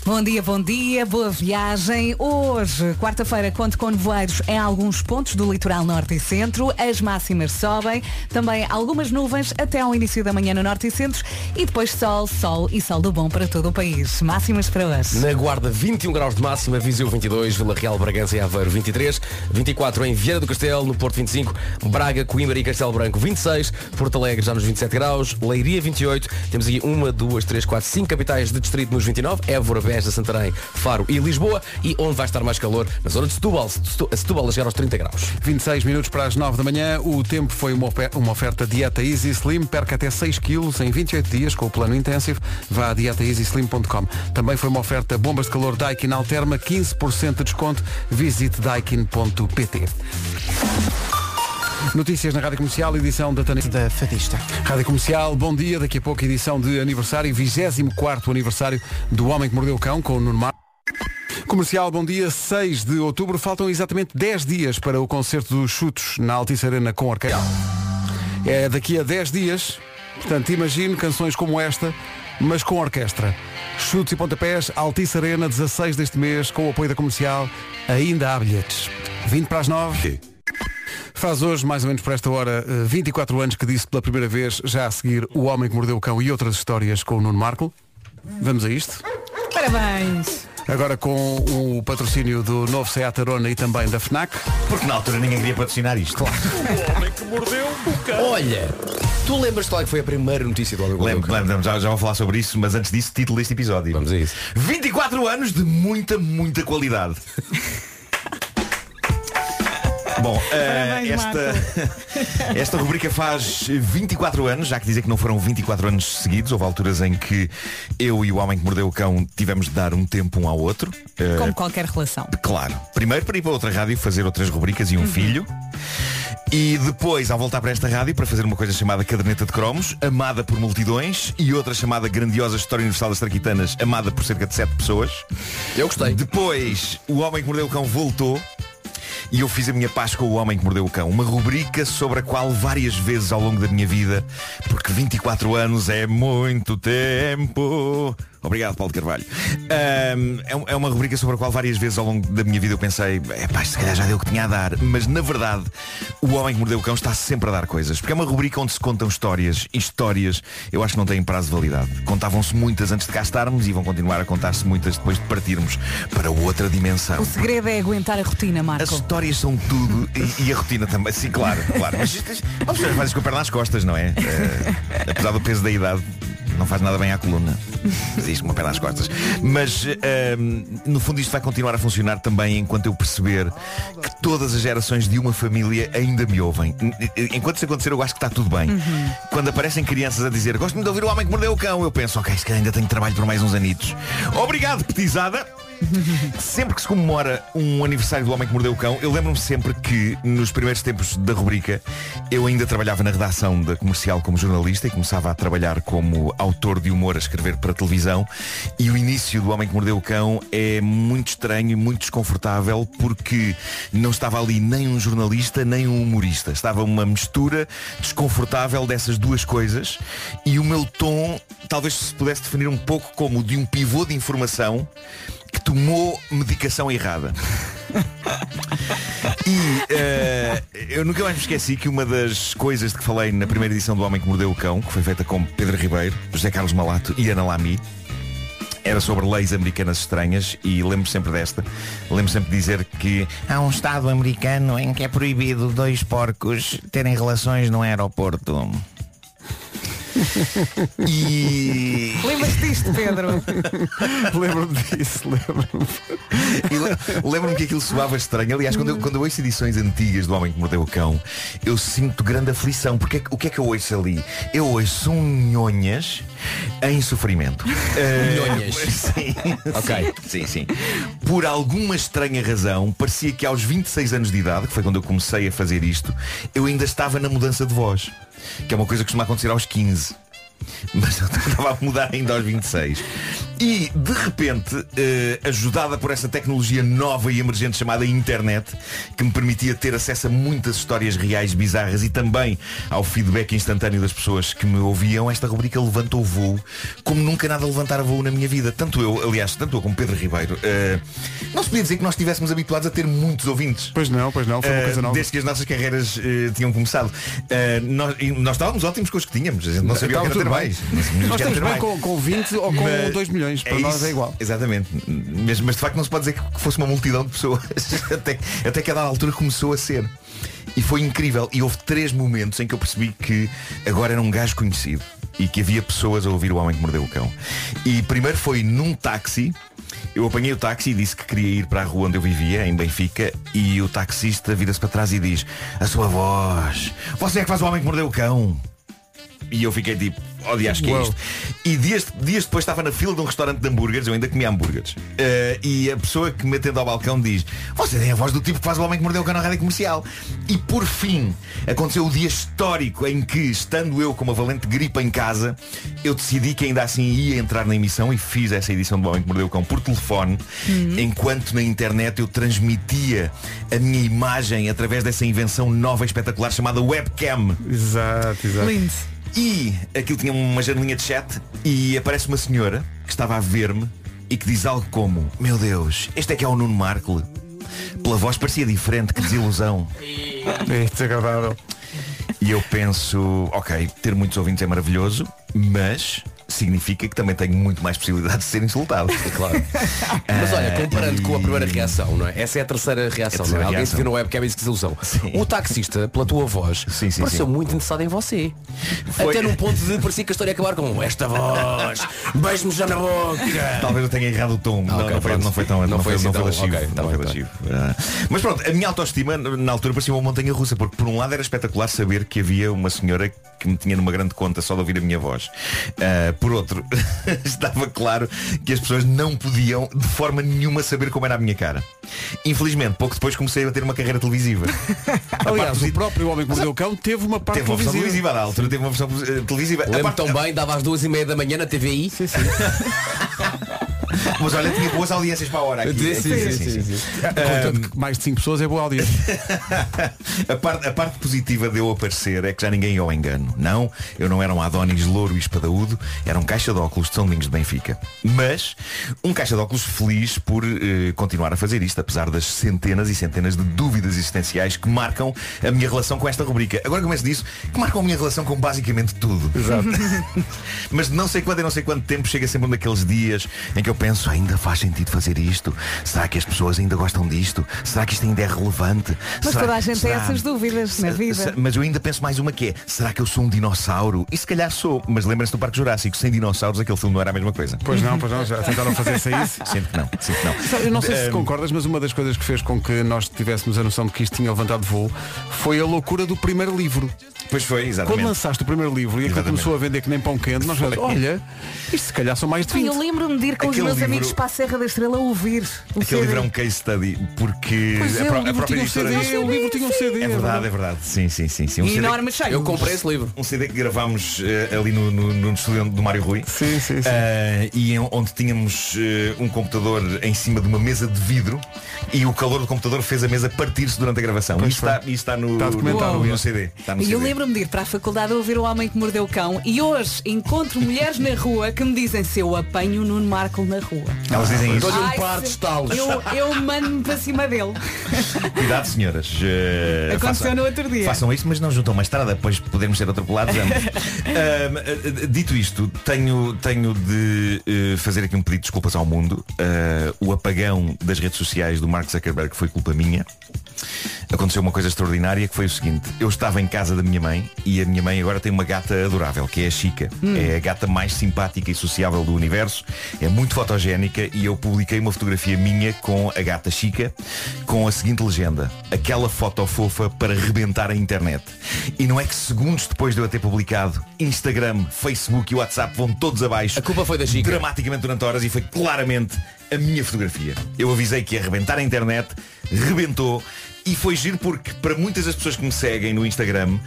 C: Bom dia, bom dia, boa viagem. Hoje, quarta-feira, conto com nevoeiros em alguns pontos do litoral norte e centro. As máximas sobem. Também algumas nuvens até ao início da manhã no norte e centro. E depois sol, sol e sol do bom para todo o país. Máximas para hoje.
F: Na Guarda, 21 graus de máxima, Viseu 22, Vila Real, Bragança e Aveiro 23, 24 em Vieira do Castelo, no Porto 25, Braga, Coimbra e Castelo Branco 26, Porto Alegre já nos 27 graus, Leiria 28, temos aqui 1, 2, 3, 4, 5 capitais de distrito nos 29, Évora, Beja, Santarém, Faro e Lisboa, e onde vai estar mais calor, na zona de Setúbal, Setu- Setúbal a chegar aos 30 graus.
A: 26 minutos para as 9 da manhã. O tempo foi uma, ofe- uma oferta Dieta Easy Slim. Perca até 6 quilos em 28 dias com o plano intensivo. Vá a dietaeasyslim.com. Também foi uma oferta bombas de calor Daikin Alterma. 15% de desconto. Visite daikin.pt. Notícias na Rádio Comercial, edição da Tânia.
B: Da Fadista.
A: Rádio Comercial, bom dia. Daqui a pouco edição de aniversário, 24 aniversário do Homem que Mordeu o Cão com o Nuno Marco. Comercial, bom dia. 6 de outubro. Faltam exatamente 10 dias para o concerto dos Chutos na Altice Arena com orquestra. É daqui a 10 dias. Portanto, imagino canções como esta, mas com orquestra. Chutos e pontapés, Altice Arena, 16 deste mês, com o apoio da Comercial. Ainda há bilhetes. 20 para as 9. Faz hoje, mais ou menos por esta hora, eh, 24 anos que disse pela primeira vez, já a seguir, O Homem que Mordeu o Cão e outras histórias com o Nuno Marco. Vamos a isto.
C: Parabéns.
A: Agora com o patrocínio do novo Seat Arona e também da FNAC.
L: Porque na altura ninguém queria patrocinar isto. Claro.
E: O homem que mordeu o cão.
F: Olha, tu lembras-te lá que foi a primeira notícia do Homem que
L: Lembro, lembro, já, já vou falar sobre isso, mas antes disso, título deste episódio. Vamos
F: a isso.
L: 24 anos de muita, muita qualidade. Bom, eh, esta, esta rubrica faz 24 anos, já que dizer que não foram 24 anos seguidos, houve alturas em que eu e o homem que mordeu o cão tivemos de dar um tempo um ao outro. Eh,
C: Como qualquer relação.
L: Claro. Primeiro para ir para outra rádio fazer outras rubricas e um filho. E depois, ao voltar para esta rádio, para fazer uma coisa chamada Caderneta de Cromos, amada por multidões, e outra chamada Grandiosa História Universal das Traquitanas, amada por cerca de sete pessoas.
F: Eu gostei.
L: Depois, O Homem que Mordeu o Cão voltou. E eu fiz a minha paz com o Homem que Mordeu o Cão, uma rubrica sobre a qual várias vezes ao longo da minha vida, porque 24 anos é muito tempo. Obrigado, Paulo de Carvalho. Ahm, é, um- é uma rubrica sobre a qual várias vezes ao longo da minha vida eu pensei, é pá, se calhar já deu o que tinha a dar. Mas na verdade, o Homem que Mordeu o Cão está sempre a dar coisas. Porque é uma rubrica onde se contam histórias e histórias, eu acho que não têm prazo de validade. Contavam-se muitas antes de cá estarmos e vão continuar a contar-se muitas depois de partirmos para outra dimensão.
C: O segredo é aguentar a rotina, Marco.
L: As histórias são tudo e, e a rotina também. Sim, claro, claro. Mas isto- isto- as pessoas fazem com a perna nas costas, não é? Eh, apesar do peso da idade, não faz nada bem à coluna. Mas isto, né? uma perna nas costas. Mas, eh, no fundo, isto vai continuar a funcionar também enquanto eu perceber que todas as gerações de uma família ainda me ouvem. Enquanto isso acontecer, eu acho que está tudo bem. Quando aparecem crianças a dizer gosto-me de ouvir o homem que mordeu o cão, eu penso, ok, se calhar ainda tenho trabalho por mais uns anitos. Obrigado, petizada. Sempre que se comemora um aniversário do Homem que Mordeu o Cão, eu lembro-me sempre que, nos primeiros tempos da rubrica, eu ainda trabalhava na redação da comercial como jornalista e começava a trabalhar como autor de humor a escrever para televisão. E o início do Homem que Mordeu o Cão é muito estranho e muito desconfortável porque não estava ali nem um jornalista nem um humorista. Estava uma mistura desconfortável dessas duas coisas e o meu tom talvez se pudesse definir um pouco como o de um pivô de informação que tomou medicação errada. E eh, eu nunca mais me esqueci que uma das coisas de que falei na primeira edição do Homem que Mordeu o Cão, que foi feita com Pedro Ribeiro, José Carlos Malato e Ana Lamy, era sobre leis americanas estranhas e lembro sempre desta. Lembro sempre de dizer que
M: Há um estado americano em que é proibido dois porcos terem relações no aeroporto.
L: E...
C: Lembras-te disto, Pedro?
L: lembro-me disso, lembro-me. E le- lembro-me que aquilo soava estranho. Aliás, quando eu, quando eu ouço edições antigas do Homem que Mordeu o Cão, eu sinto grande aflição. Porque é que- o que é que eu ouço ali? Eu ouço um nhonhas em sofrimento. Eh,
F: Nhonhas.
L: Sim,
F: Ok.
L: sim, sim. Por alguma estranha razão, parecia que aos 26 anos de idade, que foi quando eu comecei a fazer isto, eu ainda estava na mudança de voz. Que é uma coisa que costuma acontecer aos 15. Mas eu estava a mudar ainda aos 26. E, de repente, eh, ajudada por essa tecnologia nova e emergente chamada internet, que me permitia ter acesso a muitas histórias reais bizarras e também ao feedback instantâneo das pessoas que me ouviam, esta rubrica levantou voo como nunca nada levantar voo na minha vida. Tanto eu, aliás, tanto eu como Pedro Ribeiro, eh, não se podia dizer que nós estivéssemos habituados a ter muitos ouvintes.
A: Pois não, pois não, foi uma
L: Eh,
A: coisa nova.
L: Desde que as nossas carreiras eh, tinham começado. Eh, nós, e nós estávamos ótimos com os que tínhamos. A gente não sabia o que era
A: Estava
L: ter
A: tudo
L: mais.
A: bem.
L: Não sabíamos o
A: Nós
L: que era
A: estamos
L: ter
A: bem
L: mais.
A: com, com 20 ou com
L: Mas
A: 2 milhões. Para nós
L: isso,
A: é igual.
L: Exatamente. Mas, mas de facto não se pode dizer que fosse uma multidão de pessoas. até, até que a dada altura começou a ser. E foi incrível. E houve três momentos em que eu percebi que agora era um gajo conhecido e que havia pessoas a ouvir o homem que mordeu o cão. E primeiro foi num táxi. Eu apanhei o táxi e disse que queria ir para a rua onde eu vivia, em Benfica, e o taxista vira-se para trás e diz, a sua voz, você é que faz o homem que mordeu o cão. E eu fiquei tipo, oh acho que é
N: Uau.
L: isto. E dias, dias depois estava na fila de um restaurante de hambúrgueres, eu ainda comia hambúrgueres. Eh, e a pessoa que me atende ao balcão diz, você tem a voz do tipo que faz o homem que mordeu o cão na rádio comercial. E por fim, aconteceu o dia histórico em que, estando eu com uma valente gripe em casa, eu decidi que ainda assim ia entrar na emissão e fiz essa edição do Homem que Mordeu o Cão por telefone, enquanto na internet eu transmitia a minha imagem através dessa invenção nova e espetacular chamada webcam.
A: Exato, exato.
L: Lindo. E aquilo tinha uma janelinha de chat e aparece uma senhora que estava a ver-me e que diz algo como Meu Deus, este é que é o Nuno Markle. Pela voz parecia diferente, que desilusão. É desagradável. E eu penso, ok, ter muitos ouvintes é maravilhoso, mas significa que também tenho muito mais possibilidade de ser insultado. é Claro.
F: Mas olha,
L: Ah,
F: comparando com a primeira reação, não é? Essa é a terceira reação,
L: terceira
F: não é? Alguém se
L: reação.
F: viu na webcam e disse que desilusão. O taxista, pela tua voz, pareceu
L: sim.
F: muito interessado em você.
L: Foi.
F: Até num ponto de parecia que a história ia acabar com esta voz, beijo-me já na boca.
L: Talvez eu tenha errado o tom.
F: Ah,
L: não,
F: ok,
L: não, foi,
F: pronto.
L: não foi tão. Não,
F: Não foi
L: foi,
F: assim
L: não foi
F: tão-
L: lascivo.
F: ok, tá
L: não foi
F: bem, tá
L: lascivo. Ah, Mas pronto, a minha autoestima na altura parecia uma montanha russa, porque por um lado era espetacular saber que havia uma senhora que me tinha numa grande conta só de ouvir a minha voz. Ah, por outro, estava claro que as pessoas não podiam de forma nenhuma saber como era a minha cara. Infelizmente, pouco depois comecei a ter uma carreira televisiva. A parte
A: Aliás,
L: posi-
A: o próprio Homem que Mordeu o Cão teve uma parte
L: Teve uma versão
A: televisiva.
L: televisiva na altura, teve uma versão eh, televisiva. A
F: Lembro
L: parte-
F: tão bem, dava às duas e meia da manhã na TVI. Sim, sim.
L: Mas olha, tinha boas audiências para a hora aqui.
A: Sim, sim, sim, Contanto que mais de 5 pessoas é boa audiência.
L: A parte, a parte positiva de eu aparecer é que já ninguém ia ao engano. Não, eu não era um Adonis louro e espadaúdo, era um caixa de óculos de São Domingos de Benfica. Mas um caixa de óculos feliz por eh, continuar a fazer isto, apesar das centenas e centenas de dúvidas existenciais que marcam a minha relação com esta rubrica. Agora começo disso, que marcam a minha relação com basicamente tudo.
N: Exato.
L: Mas de não sei quando e não sei quanto tempo chega sempre um daqueles dias em que eu penso, ainda faz sentido fazer isto? Será que as pessoas ainda gostam disto? Será que isto ainda é relevante?
C: Mas
L: Será-
C: toda a gente
L: será- Eh,
C: tem essas dúvidas na
L: Se-
C: vida.
L: Mas eu ainda penso mais uma que é Será que eu sou um dinossauro? E se calhar sou Mas lembrem-se do Parque Jurássico Sem dinossauros aquele filme não era a mesma coisa
A: Pois não, pois não, já tentaram fazer isso aí.
L: Sinto que não, sinto que não
A: Sabe, Eu não sei se
L: Um,
A: concordas, mas uma das coisas que fez com que nós tivéssemos a noção de que isto tinha levantado voo foi a loucura do primeiro livro.
L: Pois foi, exatamente.
C: assim,
A: Quando lançaste o primeiro livro e aquilo
L: Exatamente.
A: começou a vender que nem pão quente, nós falamos, olha, isto se calhar são mais de 20.
C: eu lembro-me de ir com
L: Aquele
C: os meus
L: livro-
C: amigos para a Serra da Estrela ouvir. o
L: Aquele
C: CD.
L: livro é um case study porque
C: Pois é,
L: a,
C: o
L: pró-
C: livro
L: a própria
C: tinha um
L: editora
C: CD,
L: diz-
C: o livro tinha um CD,
L: É
C: verdade.
L: verdade, é verdade. Sim, sim, sim, Um sim.
C: E enorme cheio. Eu comprei esse
F: livro.
L: Um CD que gravámos eh, ali no, no, no estúdio do Mário Rui. Eh,
A: Sim, sim, sim.
L: e em- onde tínhamos eh, um computador em cima de uma mesa de vidro e o calor do computador fez a mesa partir-se durante a gravação. E está, e está no,
A: Está documentado,
L: no,
A: é.
L: no CD. Está no
C: E
L: CD.
C: eu lembro-me de ir para a faculdade a ouvir o homem que mordeu o cão e hoje encontro mulheres na rua que me dizem se eu apanho o Nuno Marco na rua.
L: Elas dizem isso.
C: Ai, se- Eu, eu mando-me para cima dele.
L: Cuidado, senhoras. Eh,
C: Aconteceu no outro dia.
L: Façam isso, mas não juntam uma estrada, depois podemos ser atropelados ambos. Ahm, eh, dito isto, tenho, tenho de eh, fazer aqui um pedido de desculpas ao mundo. Ah, o apagão das redes sociais do Mark Zuckerberg foi culpa minha. Aconteceu uma coisa extraordinária que foi o seguinte: eu estava em casa da minha mãe e a minha mãe agora tem uma gata adorável, que é a Chica.
N: Hum.
L: É a gata mais simpática e sociável do universo. É muito fotogénica e eu publiquei uma fotografia minha com a gata Chica com a seguinte legenda. Aquela foto fofa para rebentar a internet. E não é que segundos depois de eu a ter publicado, Instagram, Facebook e WhatsApp vão todos abaixo. A culpa foi da Chica. Dramaticamente durante horas e foi claramente a minha fotografia. Eu avisei que ia rebentar a internet, rebentou e foi giro porque para muitas das pessoas que me seguem no Instagram,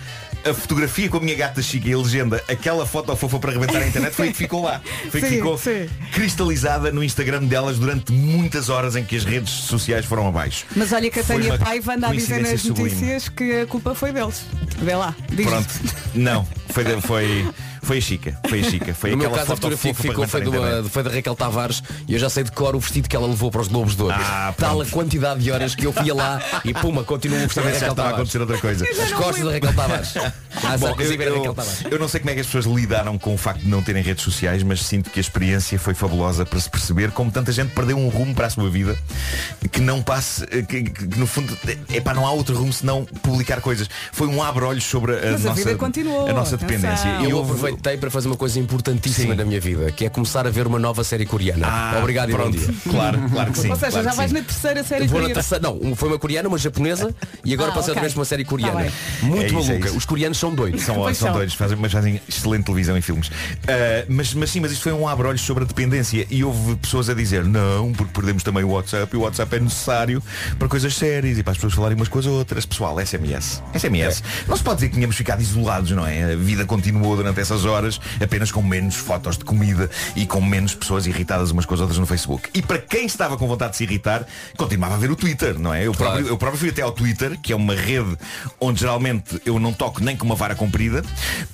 L: a fotografia com a minha gata Chica e a legenda, aquela foto fofa para rebentar a internet, foi a que ficou lá. Foi a que
N: Sim,
L: ficou
N: sim.
L: cristalizada no Instagram delas durante muitas horas em que as redes sociais foram abaixo.
C: Mas olha que a
L: Foi
C: Tânia
L: uma
C: Paiva anda a dizer nas
L: coincidência sublime.
C: notícias que a culpa foi deles. Vê lá, diz
L: Pronto. Não, foi, da- foi, foi a Chica. Foi a Chica. Foi
F: no meu
L: aquela
F: caso, a
L: foto
F: fotografia que
L: fofa para
F: ficou foi,
L: rebentar a internet.
F: do, foi da Raquel Tavares e eu já sei de cor o vestido que ela levou para os Globos de Ouro.
L: Ah,
F: Tal a quantidade de horas que eu via lá e puma, continuo o vestido da
L: Também já estava
F: Raquel
L: a
F: Tavares.
L: acontecer outra coisa.
F: tá Eu já As não costas lembro. da Raquel Tavares. Ah,
L: Bom, eu,
F: Sarkozy era Raquel Tavares.
L: eu não sei como é que as pessoas lidaram com o facto de não terem redes sociais, mas sinto que a experiência foi fabulosa para se perceber como tanta gente perdeu um rumo para a sua vida que não passe, eh, que, que- que no fundo é para não há outro rumo senão publicar coisas. Foi um abre-olhos sobre a
F: Mas a
L: nossa
F: vida continuou,
L: a nossa
F: atenção.
L: dependência. E
F: Eu
L: houve-
F: aproveitei para fazer uma coisa importantíssima na minha vida, que é começar a ver uma nova série coreana.
L: Ah,
F: Obrigado
L: pronto.
F: e bom dia.
L: Claro, claro que sim.
C: Ou seja, já vais na terceira série
F: Vou na
C: coreana.
F: terceira- não, uma- foi uma coreana, uma japonesa e agora
C: Ah,
F: passei outra
C: ok.
F: vez para uma série
C: Tá
F: coreana.
C: bem.
F: Muito
L: É isso, é
F: maluca.
L: isso.
F: Os coreanos são doidos.
L: São,
F: Pois
L: são
F: são.
L: doidos, fazem, mas fazem excelente televisão e filmes. Ah, mas, mas sim, mas isto foi um abre-olhos sobre a dependência. E houve pessoas a dizer, não, porque perdemos também o WhatsApp e o WhatsApp é necessário para coisas sérias e para as pessoas falarem umas com as outras. Pessoal, SMS. SMS.
F: É.
L: Não se pode dizer que tínhamos ficado isolados, não é? A vida continuou durante essas horas, apenas com menos fotos de comida e com menos pessoas irritadas umas com as outras no Facebook. E para quem estava com vontade de se irritar, continuava a ver o Twitter, não é? Eu próprio, eu próprio fui até ao Twitter, que é uma rede onde geralmente eu não toco nem com uma vara comprida.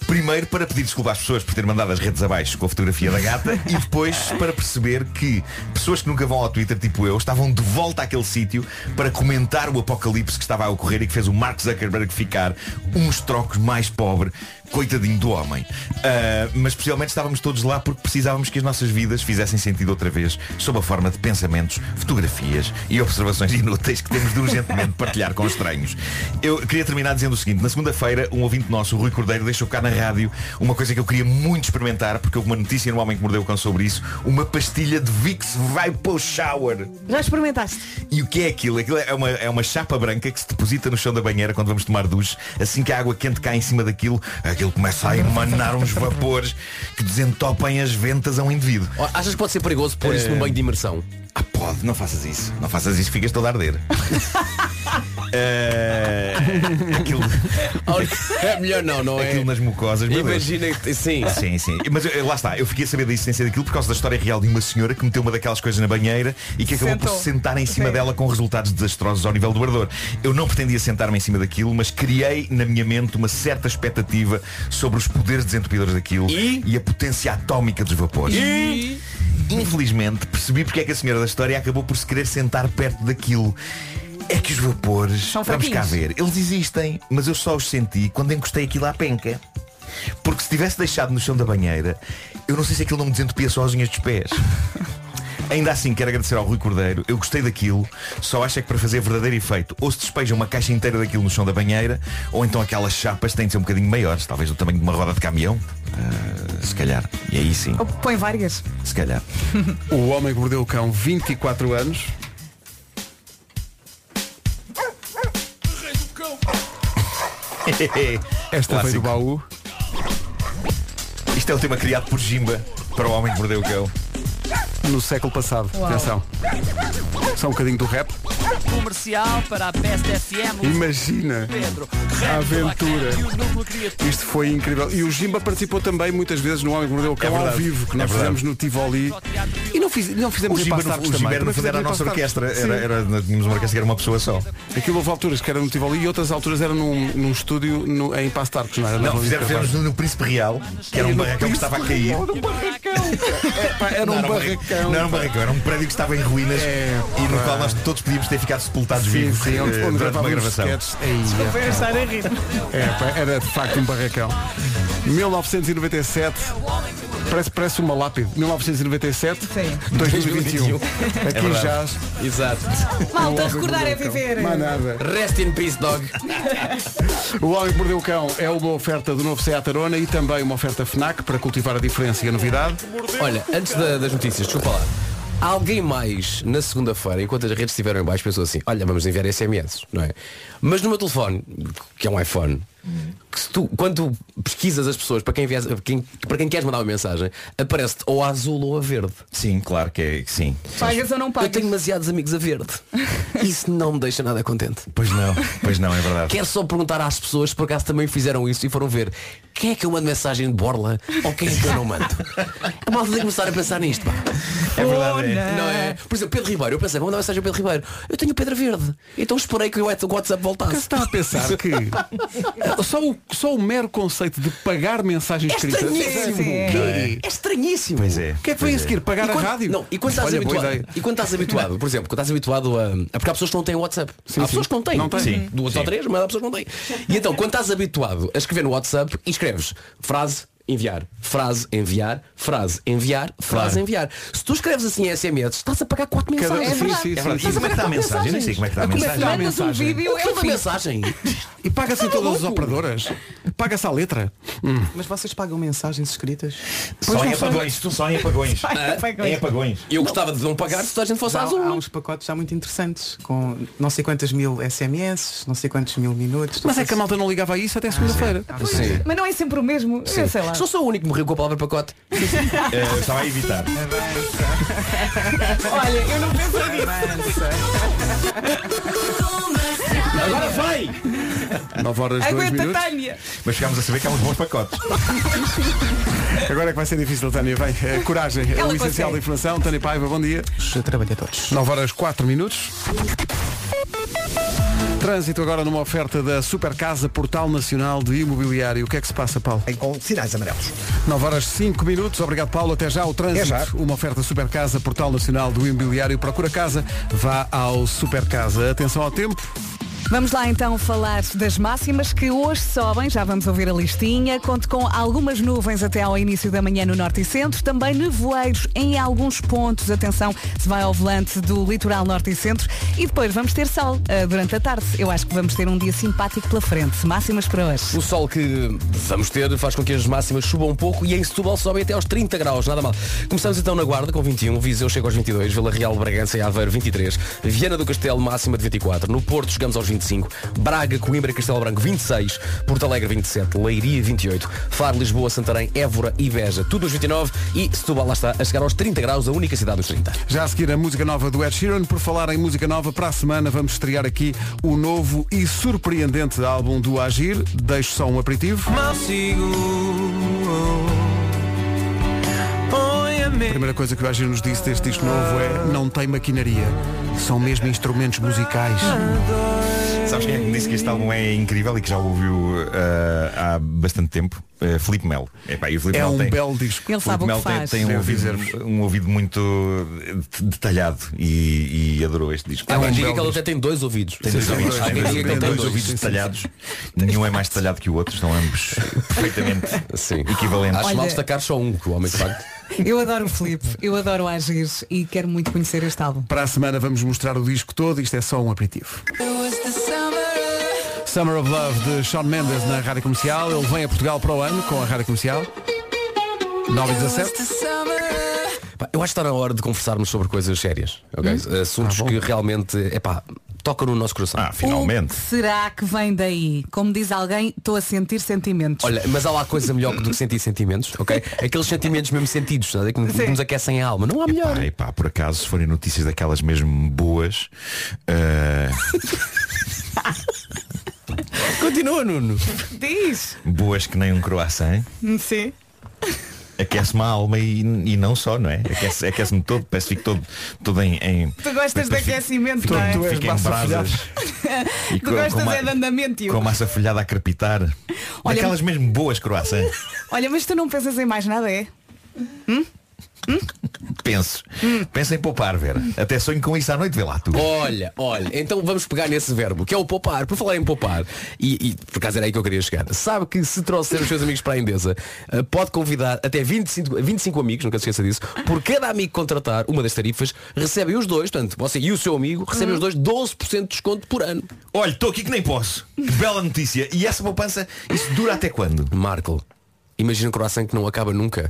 L: Primeiro para pedir desculpa às pessoas por ter mandado as redes abaixo com a fotografia da gata e depois para perceber que pessoas que nunca vão ao Twitter, tipo eu, estavam de volta àquele sítio para comentar o apocalipse que estava a ocorrer e que fez o Mark Zuckerberg ficar uns trocos mais pobre. Coitadinho do homem. Ah, mas especialmente estávamos todos lá porque precisávamos que as nossas vidas fizessem sentido outra vez sob a forma de pensamentos, fotografias e observações inúteis que temos de urgentemente partilhar com estranhos. Eu queria terminar dizendo o seguinte. Na segunda-feira, um ouvinte nosso, o Rui Cordeiro, deixou cá na rádio uma coisa que eu queria muito experimentar porque houve uma notícia no Homem que Mordeu o Cão sobre isso. Uma pastilha de Vicks Vapor Shower.
C: Já experimentaste?
L: E o que é aquilo? Aquilo é uma, é uma chapa branca que se deposita no chão da banheira quando vamos tomar duche. Assim que a água quente cai em cima daquilo, aquilo começa a emanar uns vapores que desentopem as ventas a um indivíduo.
F: Achas que pode ser perigoso pôr isso num banho de imersão?
L: Ah, pode, não faças isso. Não faças isso, ficas todo a arder. Eh, aquilo...
F: É melhor não, não é?
L: Aquilo nas mucosas, meu Deus.
F: Imagina que- sim.
L: Sim, sim. Mas eh, lá está, eu fiquei a saber da existência daquilo por causa da história real de uma senhora que meteu uma daquelas coisas na banheira e que acabou por
N: Sentou.
L: se sentar em cima dela com resultados desastrosos ao nível do ardor. Eu não pretendia sentar-me em cima daquilo, mas criei na minha mente uma certa expectativa sobre os poderes desentupidores daquilo e, a potência atómica dos vapores.
N: E?
L: Infelizmente, percebi porque é que a senhora da história acabou por se querer sentar perto daquilo. É que os vapores, vamos cá
N: fraquinhos.
L: ver, eles existem, mas eu só os senti quando encostei aquilo à penca. Porque se tivesse deixado no chão da banheira, eu não sei se aquilo não me desentupia só as unhas dos pés. Ainda assim, quero agradecer ao Rui Cordeiro. Eu gostei daquilo, só acho é que para fazer verdadeiro efeito, ou se despeja uma caixa inteira daquilo no chão da banheira, ou então aquelas chapas têm de ser um bocadinho maiores, talvez do tamanho de uma roda de caminhão. Ah, se calhar. E aí sim,
C: Ou põe várias.
L: se calhar.
A: O homem que mordeu o cão, 24 anos.
L: É,
A: Esta foi do baú.
L: Isto é o tema criado por Jimba para o homem que mordeu o cão.
A: No século passado. Atenção. Só um bocadinho do rap.
N: Comercial para a Best FM.
A: Imagina
N: Pedro,
A: a aventura. Isto foi incrível. E o Jimba participou também muitas vezes no Homem que Mordeu o Cão
L: É
A: ao
L: verdade.
A: vivo, que
L: É
A: nós
L: verdade.
A: fizemos no Tivoli. E não, fiz, não fizemos
L: O
A: nem
L: Jimba,
A: para
L: no, o Jimba era, no fundo, era a nossa orquestra. Era, era, nós tínhamos uma orquestra que era uma pessoa só.
A: Aquilo houve alturas que era no Tivoli e outras alturas era num, num estúdio no- em Passo de Arcos, não era? Na
L: Não,
A: Avenida
L: fizeram, fizemos
A: Carvalho.
L: no Príncipe Real, que era um
A: E no
L: barracão que estava a cair.
A: Príncipe um Era
L: Não
A: um
L: era barra-
A: barracão. É,
L: Não era um barracão, era um prédio que estava em ruínas e no qual nós todos podíamos ter ficado sepultados
A: Sim,
L: vivos
A: sim, é onde-
L: eh,
A: onde
L: durante uma
A: gravávamos
L: gravação.
A: sketches. Ei, Desculpa, eu estar
N: a rir.
A: É, pá, era de facto um barracão. 1997. Parece, parece uma lápide. 1997, 2021.
F: É
A: Aqui
F: verdade.
A: já.
F: Exato.
C: Malta, recordar é viver.
A: Mais nada.
F: Rest in peace, dog.
A: O Homem que Mordeu o Cão é uma oferta do novo Seat Arona e também uma oferta FNAC para cultivar a diferença e a novidade.
F: Olha, antes da- das notícias, desculpa lá. Alguém mais na segunda-feira, enquanto as redes estiveram em baixo, pensou assim, olha, vamos enviar SMS, não é? Mas no meu telefone, que é um iPhone, que se tu, quando tu pesquisas as pessoas para quem, envias, quem- para quem queres mandar uma mensagem, aparece-te ou a azul ou a verde.
L: Sim, claro que é sim.
C: Pagas ou não pagas?
F: Eu tenho demasiados amigos a verde. Isso não me deixa nada contente.
L: Pois não, pois não, é verdade.
F: Quero só perguntar às pessoas se por acaso também fizeram isso e foram ver quem é que eu mando mensagem de borla ou quem é que eu não mando. A malta tem que começar a pensar nisto. Pá.
L: É verdade, é.
F: Não é? Por exemplo, Pedro Ribeiro, eu pensei, vou mandar mensagem ao Pedro Ribeiro. Eu tenho Pedro Verde. Então esperei que o WhatsApp voltasse.
A: Estava a pensar que só o, só o mero conceito de pagar mensagens
F: É
A: escritas.
F: estranhíssimo.
A: Que-
F: É estranhíssimo.
L: assim, Pois é.
A: O que é que vem a seguir? Pagar
F: E quando-
A: a rádio?
F: Não, e quando estás
A: Olha, boa
F: habituado,
A: ideia.
F: e quando estás habituado, por exemplo, quando estás habituado a. a- Porque há pessoas que não têm WhatsApp.
A: Sim,
F: há
A: sim.
F: pessoas que não têm.
A: Não têm. Sim.
F: Duas
A: Sim.
F: ou três, mas há pessoas que não têm. E então, quando estás habituado a escrever no WhatsApp, e escreves frase, enviar, frase, enviar, frase, enviar, frase,
L: Claro.
F: enviar. Se tu escreves assim em SMS, estás a pagar quatro
L: Cada-
C: É
F: mensagens.
L: sim, é sim, sim, sim.
F: verdade.
L: E como é que dá a mensagem? Eu nem sei como é que dá a mensagem. Mandas um vídeo,
F: O que
L: é
F: é uma
L: um
F: mensagem?
A: E paga-se em
F: Tá
A: todas as
F: maluco?
A: operadoras. Paga-se à letra.
B: Mas vocês pagam mensagens escritas?
L: Só em apagões, tu só em apagões.
B: Só em
L: Ah,
B: apagões.
L: Em apagões.
F: Eu gostava de não pagar se toda a gente fosse
B: Já há-
A: um
F: azul.
B: Há uns pacotes já muito interessantes, com não sei quantas mil SMS, não sei quantos mil minutos.
A: Mas é que a malta não ligava a isso
F: Ah,
A: até segunda-feira.
F: Sim.
C: Mas não é sempre o mesmo. Eu sei lá.
F: Só sou o único que morreu com a palavra pacote.
L: Eh, Estava a evitar.
C: Olha, eu não pensei
F: Agora vai!
A: 9 horas 2
C: Aguenta,
F: tá
A: minutos.
C: Tânia.
L: Mas chegámos a saber que há uns bons pacotes.
A: Agora é que vai ser difícil, Tânia. Vem, eh, coragem. É
C: Ela
A: o essencial
C: consegue.
A: da informação. Tânia Paiva, bom dia.
B: Trabalhadores.
A: 9 horas 4 minutos. Trânsito agora numa oferta da Super Casa Portal Nacional de Imobiliário. O que é que se passa, Paulo?
D: Com sinais amarelos.
A: 9 horas 5 minutos. Obrigado, Paulo. Até já o trânsito.
D: Até já.
A: Uma oferta Super Casa Portal Nacional do Imobiliário. Procura casa, vá ao Super Casa. Atenção ao tempo.
C: Vamos lá então falar das máximas que hoje sobem, já vamos ouvir a listinha. Conto com algumas nuvens até ao início da manhã no norte e centro, também nevoeiros em alguns pontos. Atenção, se vai ao volante do litoral norte e centro. E depois vamos ter sol ah, durante a tarde. Eu acho que vamos ter um dia simpático pela frente. Máximas para hoje.
F: O sol que vamos ter faz com que as máximas subam um pouco e em Setúbal sobem até aos 30 graus, nada mal. Começamos então na Guarda com 21, Viseu chega aos 22, Vila Real, Bragança e Aveiro 23, Viana do Castelo máxima de 24, no Porto chegamos aos 25, Braga, Coimbra e Castelo Branco 26, Porto Alegre 27, Leiria 28, Faro, Lisboa, Santarém, Évora e Beja, tudo aos 29 e Setúbal lá está a chegar aos 30 graus, a única cidade dos 30.
A: Já a seguir a música nova do Ed Sheeran. Por falar em música nova, para a semana vamos estrear aqui o novo e surpreendente álbum do Agir. Deixo só um aperitivo. A primeira coisa que o Agir nos disse deste disco novo é não tem maquinaria. São mesmo instrumentos musicais.
L: Sabes quem é que me disse que este álbum é incrível e que já o ouviu eh, há bastante tempo? Eh, Filipe Melo. Epá, e o Filipe
A: É
L: Melo
A: um
L: tem-
A: belo disco.
C: Ele sabe
L: Filipe
C: o que
L: Melo tem,
C: faz.
L: tem um,
A: Devo
L: ouvido, um ouvido muito eh, detalhado e, e adorou este disco.
F: Há quem diga
L: É um belo
F: que ele
L: disco.
F: até tem dois ouvidos.
L: Tem dois
F: Sim,
L: ouvidos,
F: Há
L: tem
F: quem
L: dois-
F: diga que ele
L: tem
F: É
L: dois
F: um tem dois.
L: ouvidos
F: Sim, sim.
L: detalhados. Nenhum é mais detalhado que o outro, estão ambos perfeitamente equivalentes.
F: Acho mal
C: Olha-
F: destacar só um, que o homem de facto.
C: Eu adoro o Filipe, eu adoro o Agir e quero muito conhecer este álbum.
A: Para a semana vamos mostrar o disco todo. Isto é só um aperitivo. Summer of Love de Sean Mendes na Rádio Comercial. Ele vem a Portugal para o ano com a Rádio Comercial. 9 e 17.
F: Pá, Eu acho que está na hora de conversarmos sobre coisas sérias. ok? Assuntos que Eh, realmente, é pá, toca no nosso coração. Ah,
C: O que será que vem daí? Como diz alguém, estou a sentir sentimentos.
F: Olha, mas há lá coisa melhor do que sentir sentimentos, ok? Aqueles sentimentos mesmo sentidos, sabe? Que, que
C: Sim.
F: nos aquecem a alma. Não há melhor.
L: Epá, é- epá, por acaso, se forem notícias daquelas mesmo boas. eh,
F: Continua, Nuno.
C: Diz.
L: Boas que nem um croissant.
C: Sim.
L: Aquece-me a alma e, e não só, não é? Aquece- Aquece-me todo, parece que fico todo, todo em, em-
C: Tu gostas de
L: parece que
C: aquecimento,
L: fico-
C: não é?
L: fico em brasas, E
C: tu
L: com-
C: gostas
L: com ma-
C: é de andamento.
L: com a massa folhada a crepitar.
C: Olha,
L: Daquelas mesmo boas croissant.
C: Olha, mas tu não pensas em mais nada, é?
L: Penso.
C: Hum.
L: Penso em poupar, Vera. Até sonho com isso à noite, vê lá tu.
F: Olha, olha, então vamos pegar nesse verbo, que é o poupar, por falar em poupar, e, e, por acaso era aí que eu queria chegar. Sabe que se trouxer os seus amigos para a Endesa, eh, pode convidar até 25, 25 amigos, nunca se esqueça disso, por cada amigo que contratar uma das tarifas, recebem os dois, portanto, você e o seu amigo recebem os dois 12% de desconto por ano.
L: Olha, estou aqui que nem posso. Que bela notícia. E essa poupança, isso dura até quando?
F: Marco, imagina um croissant que não acaba nunca.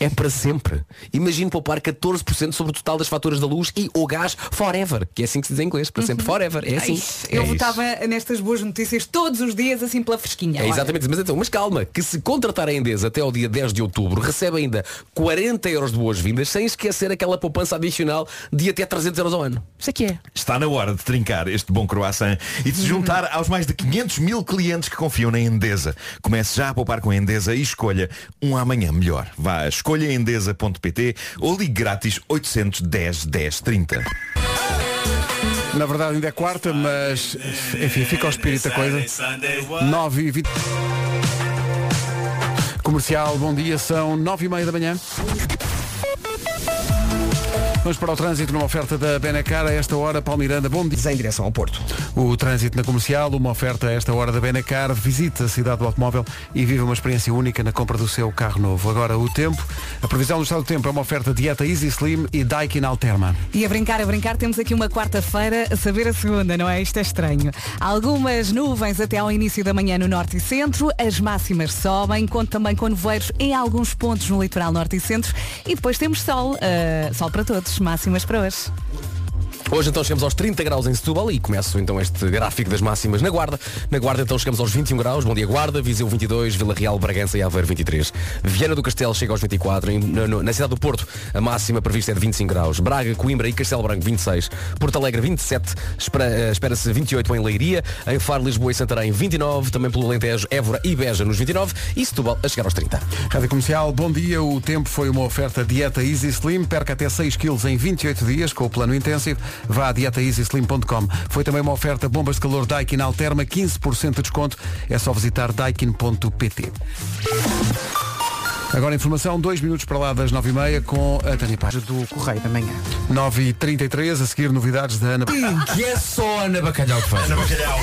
F: É para sempre. Imagina poupar 14% sobre o total das faturas da luz e o gás forever, que é assim que se diz em inglês, para sempre forever. É assim.
C: Eu votava nestas boas notícias todos os dias, assim pela fresquinha.
F: É
C: Olha.
F: exatamente, isso. mas então, mas calma, que se contratar a Endesa até ao dia 10 de outubro, recebe ainda 40 euros de boas-vindas, sem esquecer aquela poupança adicional de até 300 euros ao ano. Isso é que é.
L: Está na hora de trincar este bom croissant e de se juntar aos mais de 500 mil clientes que confiam na Endesa. Comece já a poupar com a Endesa e escolha um amanhã melhor. Vá a escolhaendesa.pt ou ligue grátis 810 10 30.
A: Na verdade ainda é quarta, mas enfim, fica ao espírito da coisa. 9 e 20. Comercial, bom dia, são 9 e meia da manhã. Vamos para o trânsito numa oferta da Benacar a esta hora, Palmiranda, bom dia.
D: Em direção ao Porto.
A: O trânsito na comercial, uma oferta a esta hora da Benacar, visite a cidade do automóvel e vive uma experiência única na compra do seu carro novo. Agora o tempo, a previsão do estado do tempo é uma oferta dieta Easy Slim e Daikin Alterma.
C: E a brincar, a brincar, temos aqui uma quarta-feira a saber a segunda, não é? Isto é estranho. Algumas nuvens até ao início da manhã no norte e centro, as máximas sobem, conto também com nevoeiros em alguns pontos no litoral norte e centro e depois temos sol, ah, sol para todos, máximas para hoje.
F: Hoje então chegamos aos 30 graus em Setúbal e começo então este gráfico das máximas na Guarda. Na Guarda então chegamos aos 21 graus, Bom Dia Guarda, Viseu 22, Vila Real, Bragança e Aveiro 23. Viana do Castelo chega aos 24, Em- no- no- na cidade do Porto a máxima prevista é de 25 graus, Braga, Coimbra e Castelo Branco 26, Porto Alegre 27, espera- eh, espera-se 28 em Leiria, em Faro, Lisboa e Santarém 29, também pelo Alentejo, Évora e Beja nos 29 e Setúbal a chegar aos 30.
A: Rádio Comercial, bom dia. O tempo foi uma oferta Dieta Easy Slim. Perca até 6 quilos em 28 dias com o plano intensivo. Vá a dietaeasyslim.com. Foi também uma oferta bombas de calor Daikin Alterma, 15% de desconto. É só visitar daikin.pt. Agora informação, dois minutos para lá das 9h30 com a Tânia Paz. Do Correio da Manhã. 9h33, a seguir novidades da Ana
F: Que é só Ana Bacalhau que faz.
L: Ana Bacalhau.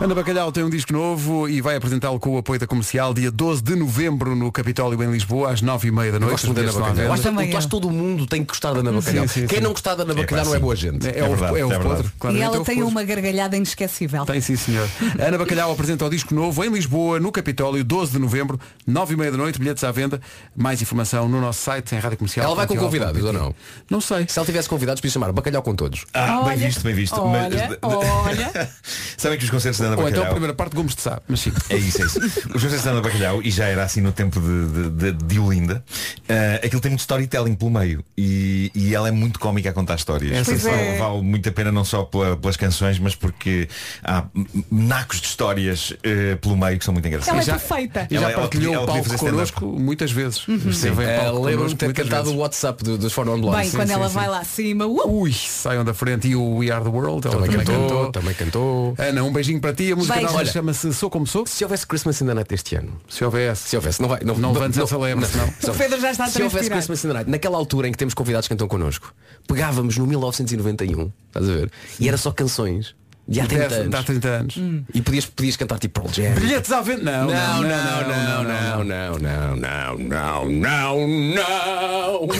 A: Ana Bacalhau tem um disco novo e vai apresentá-lo com o apoio da comercial dia 12 de novembro no Capitólio em Lisboa, às 9h30 da noite.
F: gosto muito da Ana
A: Os bilhetes estão à
F: Bacalhau.
A: venda.
F: Acho- eu acho que todo mundo tem que gostar da Ana Bacalhau.
A: Sim, sim,
F: Quem
A: sim.
F: não gostar da Ana
A: É pá,
F: Bacalhau não é
A: sim.
F: boa gente.
A: É, é o- é o podre,
C: e
A: claramente é
C: ela
A: o
C: tem
A: podre.
C: uma gargalhada inesquecível.
A: Tem sim, senhor. Ana Bacalhau apresenta o disco novo em Lisboa, no Capitólio, 12 de novembro, 9h30 da noite, bilhetes à venda. Mais informação no nosso site, em Rádio Comercial.
F: Ela vai com convidados ou não?
A: Não sei.
F: Se ela tivesse convidados, podia chamar bacalhau com todos.
L: Ah, bem visto, bem visto. Mas-
C: olha.
L: Sabem que os concertos da Ana
A: Ou
L: Bacalhau.
A: então a primeira parte de Gomes de Sá. Mas sim.
L: É isso, é isso. Os meus da Ana Bacalhau, e já era assim no tempo de, de, de, de Olinda, eh, aquilo tem muito storytelling pelo meio e, e ela é muito cómica a contar histórias.
O: É, pois
L: Vale-
O: é.
L: Vale muito a pena não só pela- pelas canções, mas porque há m- nacos de histórias eh, pelo meio que são muito engraçadas.
C: Ela é perfeita.
A: E já
L: Ela- ela podia-
A: partilhou
L: ela
A: o
L: podia
A: palco
L: fazer stand-up.
A: connosco muitas vezes.
C: Uhum.
A: Esteve em
F: Eh,
A: palco
F: Lembro-me de
A: connosco
F: ter
A: muitas
F: cantado
A: vezes.
F: o WhatsApp do- dos um Fone Online.
C: Bem, quando ela vai lá acima, uh,
A: Ui, saiam da frente. E o We Are the World, ela
F: Também
A: também,
F: cantou,
A: cantou.
F: também cantou.
A: Ana, um beijinho para ti. A música
F: Beijo.
A: nova
F: Olha,
A: chama-se Sou Como Sou.
F: Se houvesse Christmas in the Night este ano.
A: Se houvesse.
F: Se houvesse, não vai. Não,
A: Não levantes essa lebre, senão.
C: O Pedro já está a
F: Se houvesse
C: transpirar.
F: Christmas in the Night, naquela altura em que temos convidados que cantam connosco, pegávamos no 1991, estás a ver? E era só canções. De há 30
A: Dez-
F: anos.
A: de há 30 anos.
F: E podias, podias cantar tipo Pearl Jam.
A: Bilhetes à venda. Não,
F: Não,
A: não,
F: não, não, não, não, não, não, não, não, não.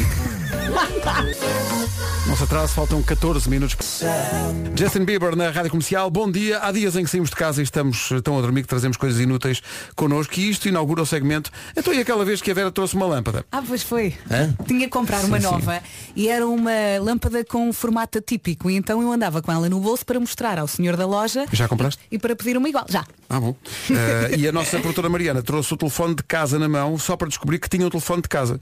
A: Não se atrase, faltam 14 minutos. Justin Bieber na Rádio Comercial. Bom dia. Há dias em que saímos de casa e estamos eh, tão a dormir que trazemos coisas inúteis connosco e isto inaugura o segmento. Então e aquela vez que a Vera trouxe uma lâmpada?
C: Ah, pois foi.
A: Hã?
C: Tinha que comprar uma
A: Sim, sim.
C: nova e era uma lâmpada com um formato atípico. E então eu andava com ela no bolso para mostrar ao senhor da loja
A: Já compraste?
C: e para pedir uma igual. Já.
A: Ah, bom. Eh, e a nossa produtora Mariana trouxe o telefone de casa na mão só para descobrir que tinha o telefone de casa.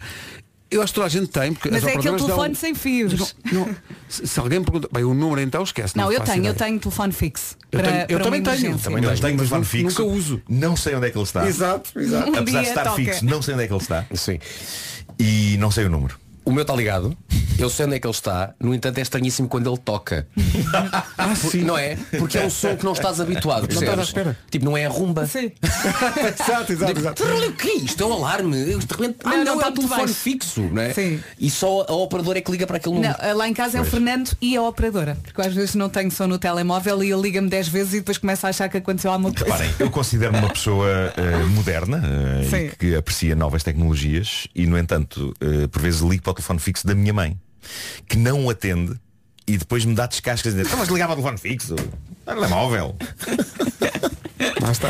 A: Eu acho que toda a gente tem, porque
C: Mas
A: as
C: é aquele
A: operadoras
C: telefone
A: dão-
C: sem fios.
A: Não, se se alguém me pergunta, bem, o número então esquece.
C: Não, eu
A: faço
C: tenho, eu
A: ideia.
C: tenho telefone fixo.
A: Eu
C: para,
A: tenho- eu
C: para
A: também
C: uma
A: tenho,
C: emergência.
A: também
L: Não
A: tenho.
L: tenho telefone
A: Mas
L: fixo.
A: nunca uso.
L: Não sei onde é que ele
A: Tá.
L: está.
A: Exato, exato. Um
L: Apesar de
A: dia
L: estar
A: toca.
L: fixo, não sei onde é que ele está.
F: Sim.
L: E não sei o número.
F: O meu está ligado, eu sei onde é que ele está, no entanto é estranhíssimo quando ele toca.
A: Ah,
F: Por- Não é? Porque é um som que não estás habituado.
A: Não estás
F: percebes?
A: à espera.
F: Tipo, não é a rumba.
C: Sim.
A: exato, exato, exato.
F: O que é isto? É um alarme. Eu, de repente, ah,
C: Não,
F: não,
C: não,
F: é um
C: tá muito
F: telefone
C: baixo.
F: fixo, não é?
C: Sim.
F: E só a operadora é que liga para
A: Uh.
F: aquele número.
C: Não, lá em casa é o
F: Pois.
C: Fernando e a operadora. Porque às vezes não tenho som no telemóvel e ele liga-me 10 vezes e depois começa a achar que aconteceu alguma coisa.
L: Reparem, eu considero-me uma pessoa eh, moderna eh,
C: Sim.
L: e que, que aprecia novas tecnologias e, no entanto, eh, por vezes ligo para o telefone fixo da minha mãe, que não o atende e depois me dá descascas de mas ligava o telefone fixo. Era móvel.
A: Lá está.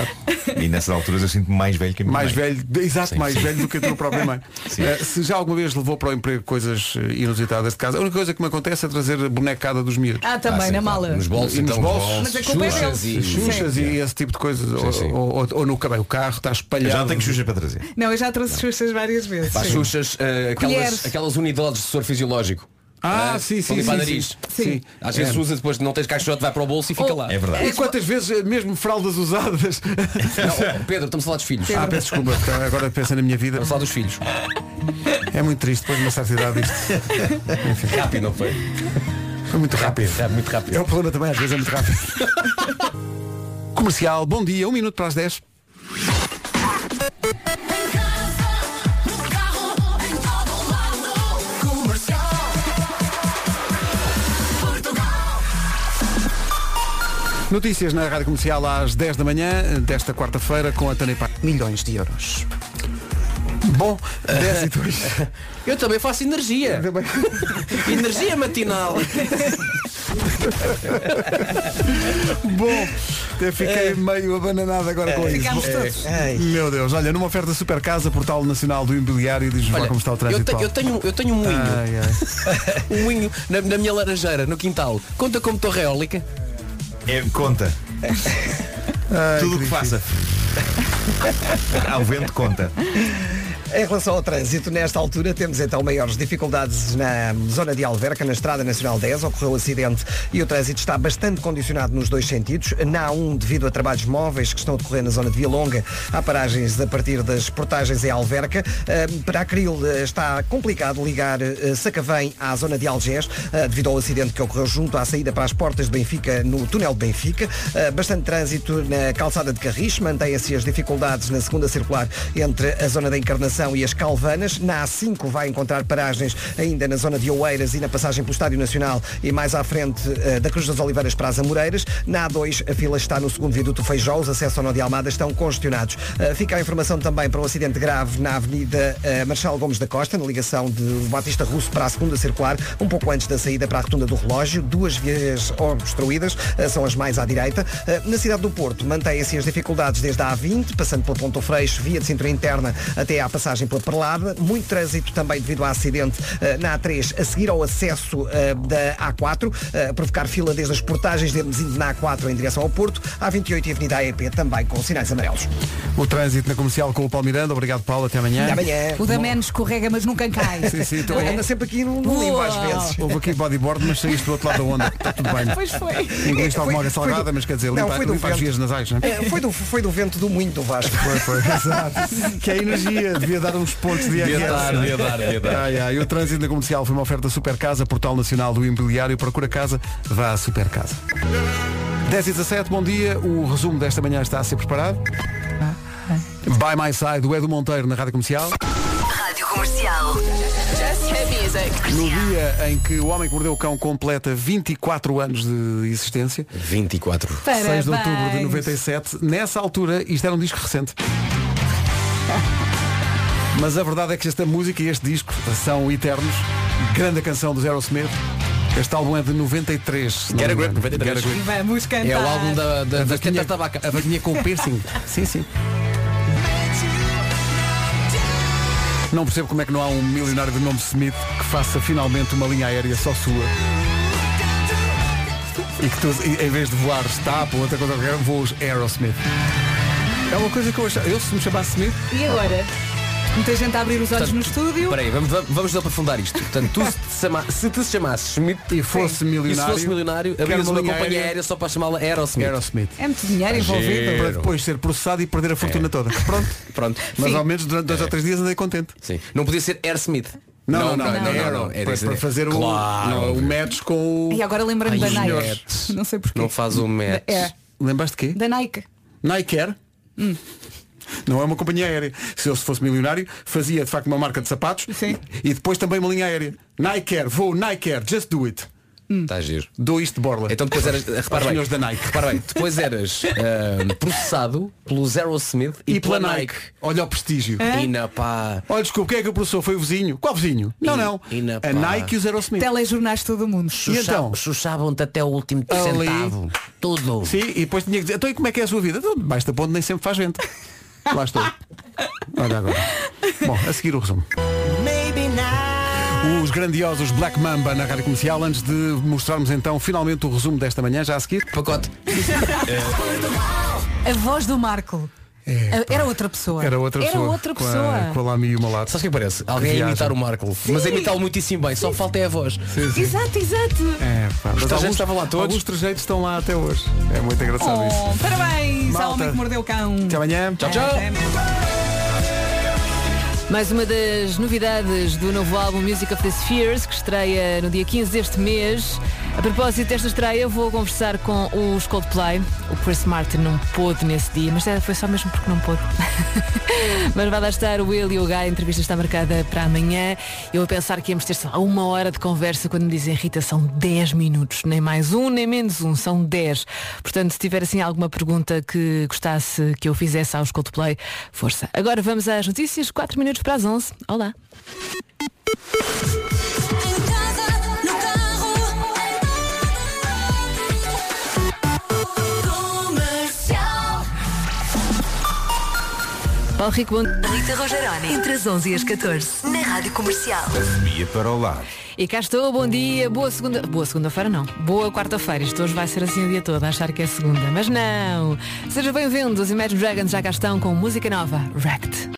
L: E nessas alturas eu sinto-me mais velho que a minha
A: Mais
L: mãe.
A: velho, exato,
L: Sim,
A: mais
L: sim.
A: velho do que a tua própria mãe.
L: Sim.
A: Eh, se já alguma vez levou para o emprego coisas eh, inusitadas de casa, a única coisa que me acontece é trazer a bonecada dos miúdos.
C: Ah, também, Ah, sim, na mala. claro. Nos bolsos,
A: E nos
C: então, os
A: bolsos.
C: bolsos, Mas a culpa é xuxas deles. e-
A: Xuxas
C: Sim.
A: e esse tipo de coisas. Ou, ou- ou- ou no cabelo, o carro está espalhado.
L: Eu já não tenho xuxa para trazer.
C: Não, eu já trouxe Xuxas várias vezes.
F: Para as
C: Sim.
F: xuxas, eh,
C: Colheres.
F: aquelas, aquelas unidades de soro fisiológico.
A: Ah,
F: Não é?
A: sim, sim,
F: Para limpar
A: sim,
F: nariz.
A: sim. Sim.
F: Às vezes é
A: É.
F: usa, depois não tens caixote, vai para o bolso e
C: Oh.
F: fica lá.
A: E quantas vezes, eh, mesmo fraldas usadas.
F: Não, Pedro, estamos a falar dos filhos.
A: Ah, peço desculpa, porque agora pensa na minha vida. Vamos
F: falar dos filhos.
A: É muito triste depois de uma certa idade isto.
F: rápido, não foi?
A: Foi muito rápido.
F: É muito rápido.
A: É o problema também, às vezes é muito rápido. Comercial, bom dia, um minuto para as 10. Notícias na Rádio Comercial às 10 da manhã, desta quarta-feira, com a Tânia Pá. Milhões de euros. Bom, 10 e 2.
F: Eu também faço energia. energia matinal.
A: Bom, eu fiquei
D: É.
A: meio abananado agora com isso. É.
F: Ficámos todos.
A: Meu Deus, olha, numa oferta super casa, portal nacional do imobiliário, diz-nos lá
F: Olha,
A: como está o
F: eu,
A: trânsito.
F: te- eu
A: Paulo. Ah.
F: tenho, eu tenho um moinho.
A: Ai, ai.
F: um moinho na, na minha laranjeira, no quintal. Conta como torre eólica.
L: É, conta. Tudo o que faça. Ao vento conta.
D: Em relação ao trânsito, nesta altura temos então maiores dificuldades na zona de Alverca, na Estrada Nacional 10. Ocorreu um acidente e o trânsito está bastante condicionado nos dois sentidos. Na A1, devido a trabalhos móveis que estão a decorrer na zona de Via Longa, há paragens a partir das portagens em Alverca. Eh, Para Acril eh, está complicado ligar eh, Sacavém à zona de Algés, eh, devido ao acidente que ocorreu junto à saída para as portas de Benfica, no túnel de Benfica. Eh, Bastante trânsito na calçada de Carris, mantém-se as dificuldades na segunda circular entre a zona da Encarnação e as Calvanas. Na A5 vai encontrar paragens ainda na zona de Oeiras e na passagem pelo Estádio Nacional e mais à frente eh, da Cruz das Oliveiras para as Amoreiras. Na A2 a fila está no segundo viaduto Feijó, os acessos ao Nó de Almada estão congestionados. Eh, Fica a informação também para um acidente grave na Avenida eh, Marchal Gomes da Costa, na ligação de Batista Russo para a segunda circular, um pouco antes da saída para a rotunda do relógio. Duas vias obstruídas, eh, são as mais à direita. Eh, Na cidade do Porto, mantêm-se as dificuldades desde a A20, passando pelo Ponto Freixo, via de cintura interna até à passagem pela Perlada. Muito trânsito também devido a acidente eh, na A3, a seguir ao acesso eh, da A4, eh, a provocar fila desde as portagens de Hermesinde na A4 em direção ao Porto. A28 e a Avenida AEP também com sinais amarelos.
A: O trânsito na comercial com o Paulo Miranda. Obrigado, Paulo. Até amanhã.
D: Até amanhã.
C: O da menos escorrega, mas nunca cai.
A: Sim, sim,
C: Não
A: então,
C: é?
A: anda
D: sempre aqui no,
C: Uau.
A: Houve aqui bodyboard, mas saíste do outro lado da onda. Está tudo bem.
D: Pois foi.
A: Engoliste alguma
D: Foi- foi
A: água salgada,
D: do-
A: mas quer dizer,
D: Não,
A: limpa,
D: foi do
A: limpa as
D: vento.
A: vias nasais, não é?
D: Eh, Foi do, foi do vento do moinho do Vasco.
A: Foi, foi, exato. Que é energia, devia dar um uns pontos de
F: Devia
A: IRS,
F: dar,
A: não é?
F: devia dar, devia dar.
A: Ai, ai, o trânsito na comercial foi uma oferta Super Casa, Portal Nacional do Imobiliário. Procura casa, vá à Super Casa. 10 e 17, bom dia. O resumo desta manhã está a ser preparado. By My Side, o Edu Monteiro na Rádio Comercial.
O: Rádio Comercial. Just hit music.
A: No dia em que o Homem que Mordeu o Cão completa 24 anos de existência.
F: 24.
A: 6
O: Parabéns.
A: de outubro de 97. Nessa altura, isto era um disco recente. Mas a verdade é que esta música e este disco são eternos Grande canção do Aerosmith. Este álbum é de 93. se não
F: Get a
A: me
F: grip,
A: engano.
F: 93.
A: Get a grip.
F: E vamos cantar. É o álbum da- da-
A: A
F: das
A: vaquinha-
F: tetas da vaca.
A: A vaquinha com o piercing. sim, sim. Não percebo como é que não há um milionário do nome Smith que faça finalmente uma linha aérea só sua. E que tu, em vez de voar TAP ou outra coisa qualquer, voas Aerosmith. É uma coisa que eu achava. Eu, se me chamasse Smith,
C: E agora? Muita gente a abrir os olhos
F: Portanto,
C: no estúdio.
F: Espera aí, vamos, vamos aprofundar isto. Portanto, tu se te, chama, se te chamasses Smith e
A: fosse milionário,
F: e se fosse milionário,
A: quero
F: abrias
A: uma
F: uma
A: linha
F: companhia
A: aérea.
F: aérea, só para chamá-la Aerosmith.
A: Aerosmith.
C: É muito dinheiro envolvido.
A: para depois ser processado e perder a fortuna toda. Pronto.
F: Pronto.
A: Mas ao menos durante dois ou três dias andei contente.
F: Sim. Não podia ser Air Smith.
A: É. Não, não, não.
F: não,
A: era
F: não, era
A: para,
F: isso,
A: para
F: é.
A: fazer o-
F: Claro.
A: não, o, match com o.
C: E agora lembrei-me
A: Ai,
C: da
A: os
C: Nike.
A: melhores.
C: Não sei porquê.
F: Não faz
A: Hum.
F: o match.
C: É.
A: Lembraste de quê?
C: Da Nike.
A: Nike Air? Não é uma companhia aérea. Se eu se fosse milionário, fazia de facto uma marca de sapatos e depois também uma linha aérea. Nike Air, vou Nike Air, just do it.
F: Está Tá giro.
A: Dou isto de borla.
F: Então depois eras,
A: Hum. Aos
F: repara bem,
A: senhores da Nike.
F: repara bem, depois eras ah, processado pelo Aerosmith e,
A: E pela Nike. Olha o prestígio.
F: É? E na pá.
A: Olha, desculpa, quem é que o processou? Foi o vizinho. Qual vizinho? Não,
F: E-
A: não.
F: e na
A: a
F: pá.
A: Nike e os Aerosmith.
C: Telejornais de todo o mundo.
A: E então?
F: Chuchavam-te até o último
A: Ali.
F: Tudo.
A: Sim, e depois tinha que dizer, então e como é que é a sua vida? Então, Debaixo da ponte nem sempre faz vento. Lá estou. Olha agora. Bom, a seguir o resumo. Os grandiosos Black Mamba na rádio comercial, antes de mostrarmos então finalmente o resumo desta manhã, já a seguir.
F: Pacote.
C: A voz do Marco. era outra pessoa.
A: É, Era outra pessoa.
C: outra
A: Com a-
C: pessoa.
A: Com a Lami e o Malato.
F: Sabes o que parece? Alguém a imitar o Marco. Mas a imitá-lo muitíssimo bem, só falta é a voz.
C: Exato, exato.
A: É, pá,
F: Os
A: mas
F: trajeitos
A: alguns,
F: estavam lá todos.
A: alguns trajeitos estão lá até hoje. É muito engraçado
C: Oh,
A: isso.
C: parabéns ao
A: Malta.
C: homem que mordeu o cão.
A: Até amanhã.
P: Mais uma das novidades do novo álbum Music of the Spheres, que estreia no dia 15 deste mês. A propósito desta estreia, vou conversar com os Coldplay. O Chris Martin não pôde nesse dia, mas eh, foi só mesmo porque não pôde. mas vai lá estar o Will e o Guy, a entrevista está marcada para amanhã. Eu a pensar que íamos ter só uma hora de conversa quando me dizem Rita, são 10 minutos, nem mais um, nem menos um, são 10. Portanto, se tiver assim alguma pergunta que gostasse que eu fizesse aos Coldplay, força. Agora vamos às notícias, 4 minutos para as 11. Olá. Paulo Rico, bom...
O: Rita Rogeroni, entre as 11 e as 14, na Rádio Comercial.
Q: Via para o lado.
P: E cá estou, bom dia, boa segunda. Boa segunda-feira não. Boa quarta-feira. Isto hoje vai ser assim o dia todo, a achar que é segunda. Mas não! Sejam bem-vindos, Imagine Dragons já cá estão com música nova, Wrecked.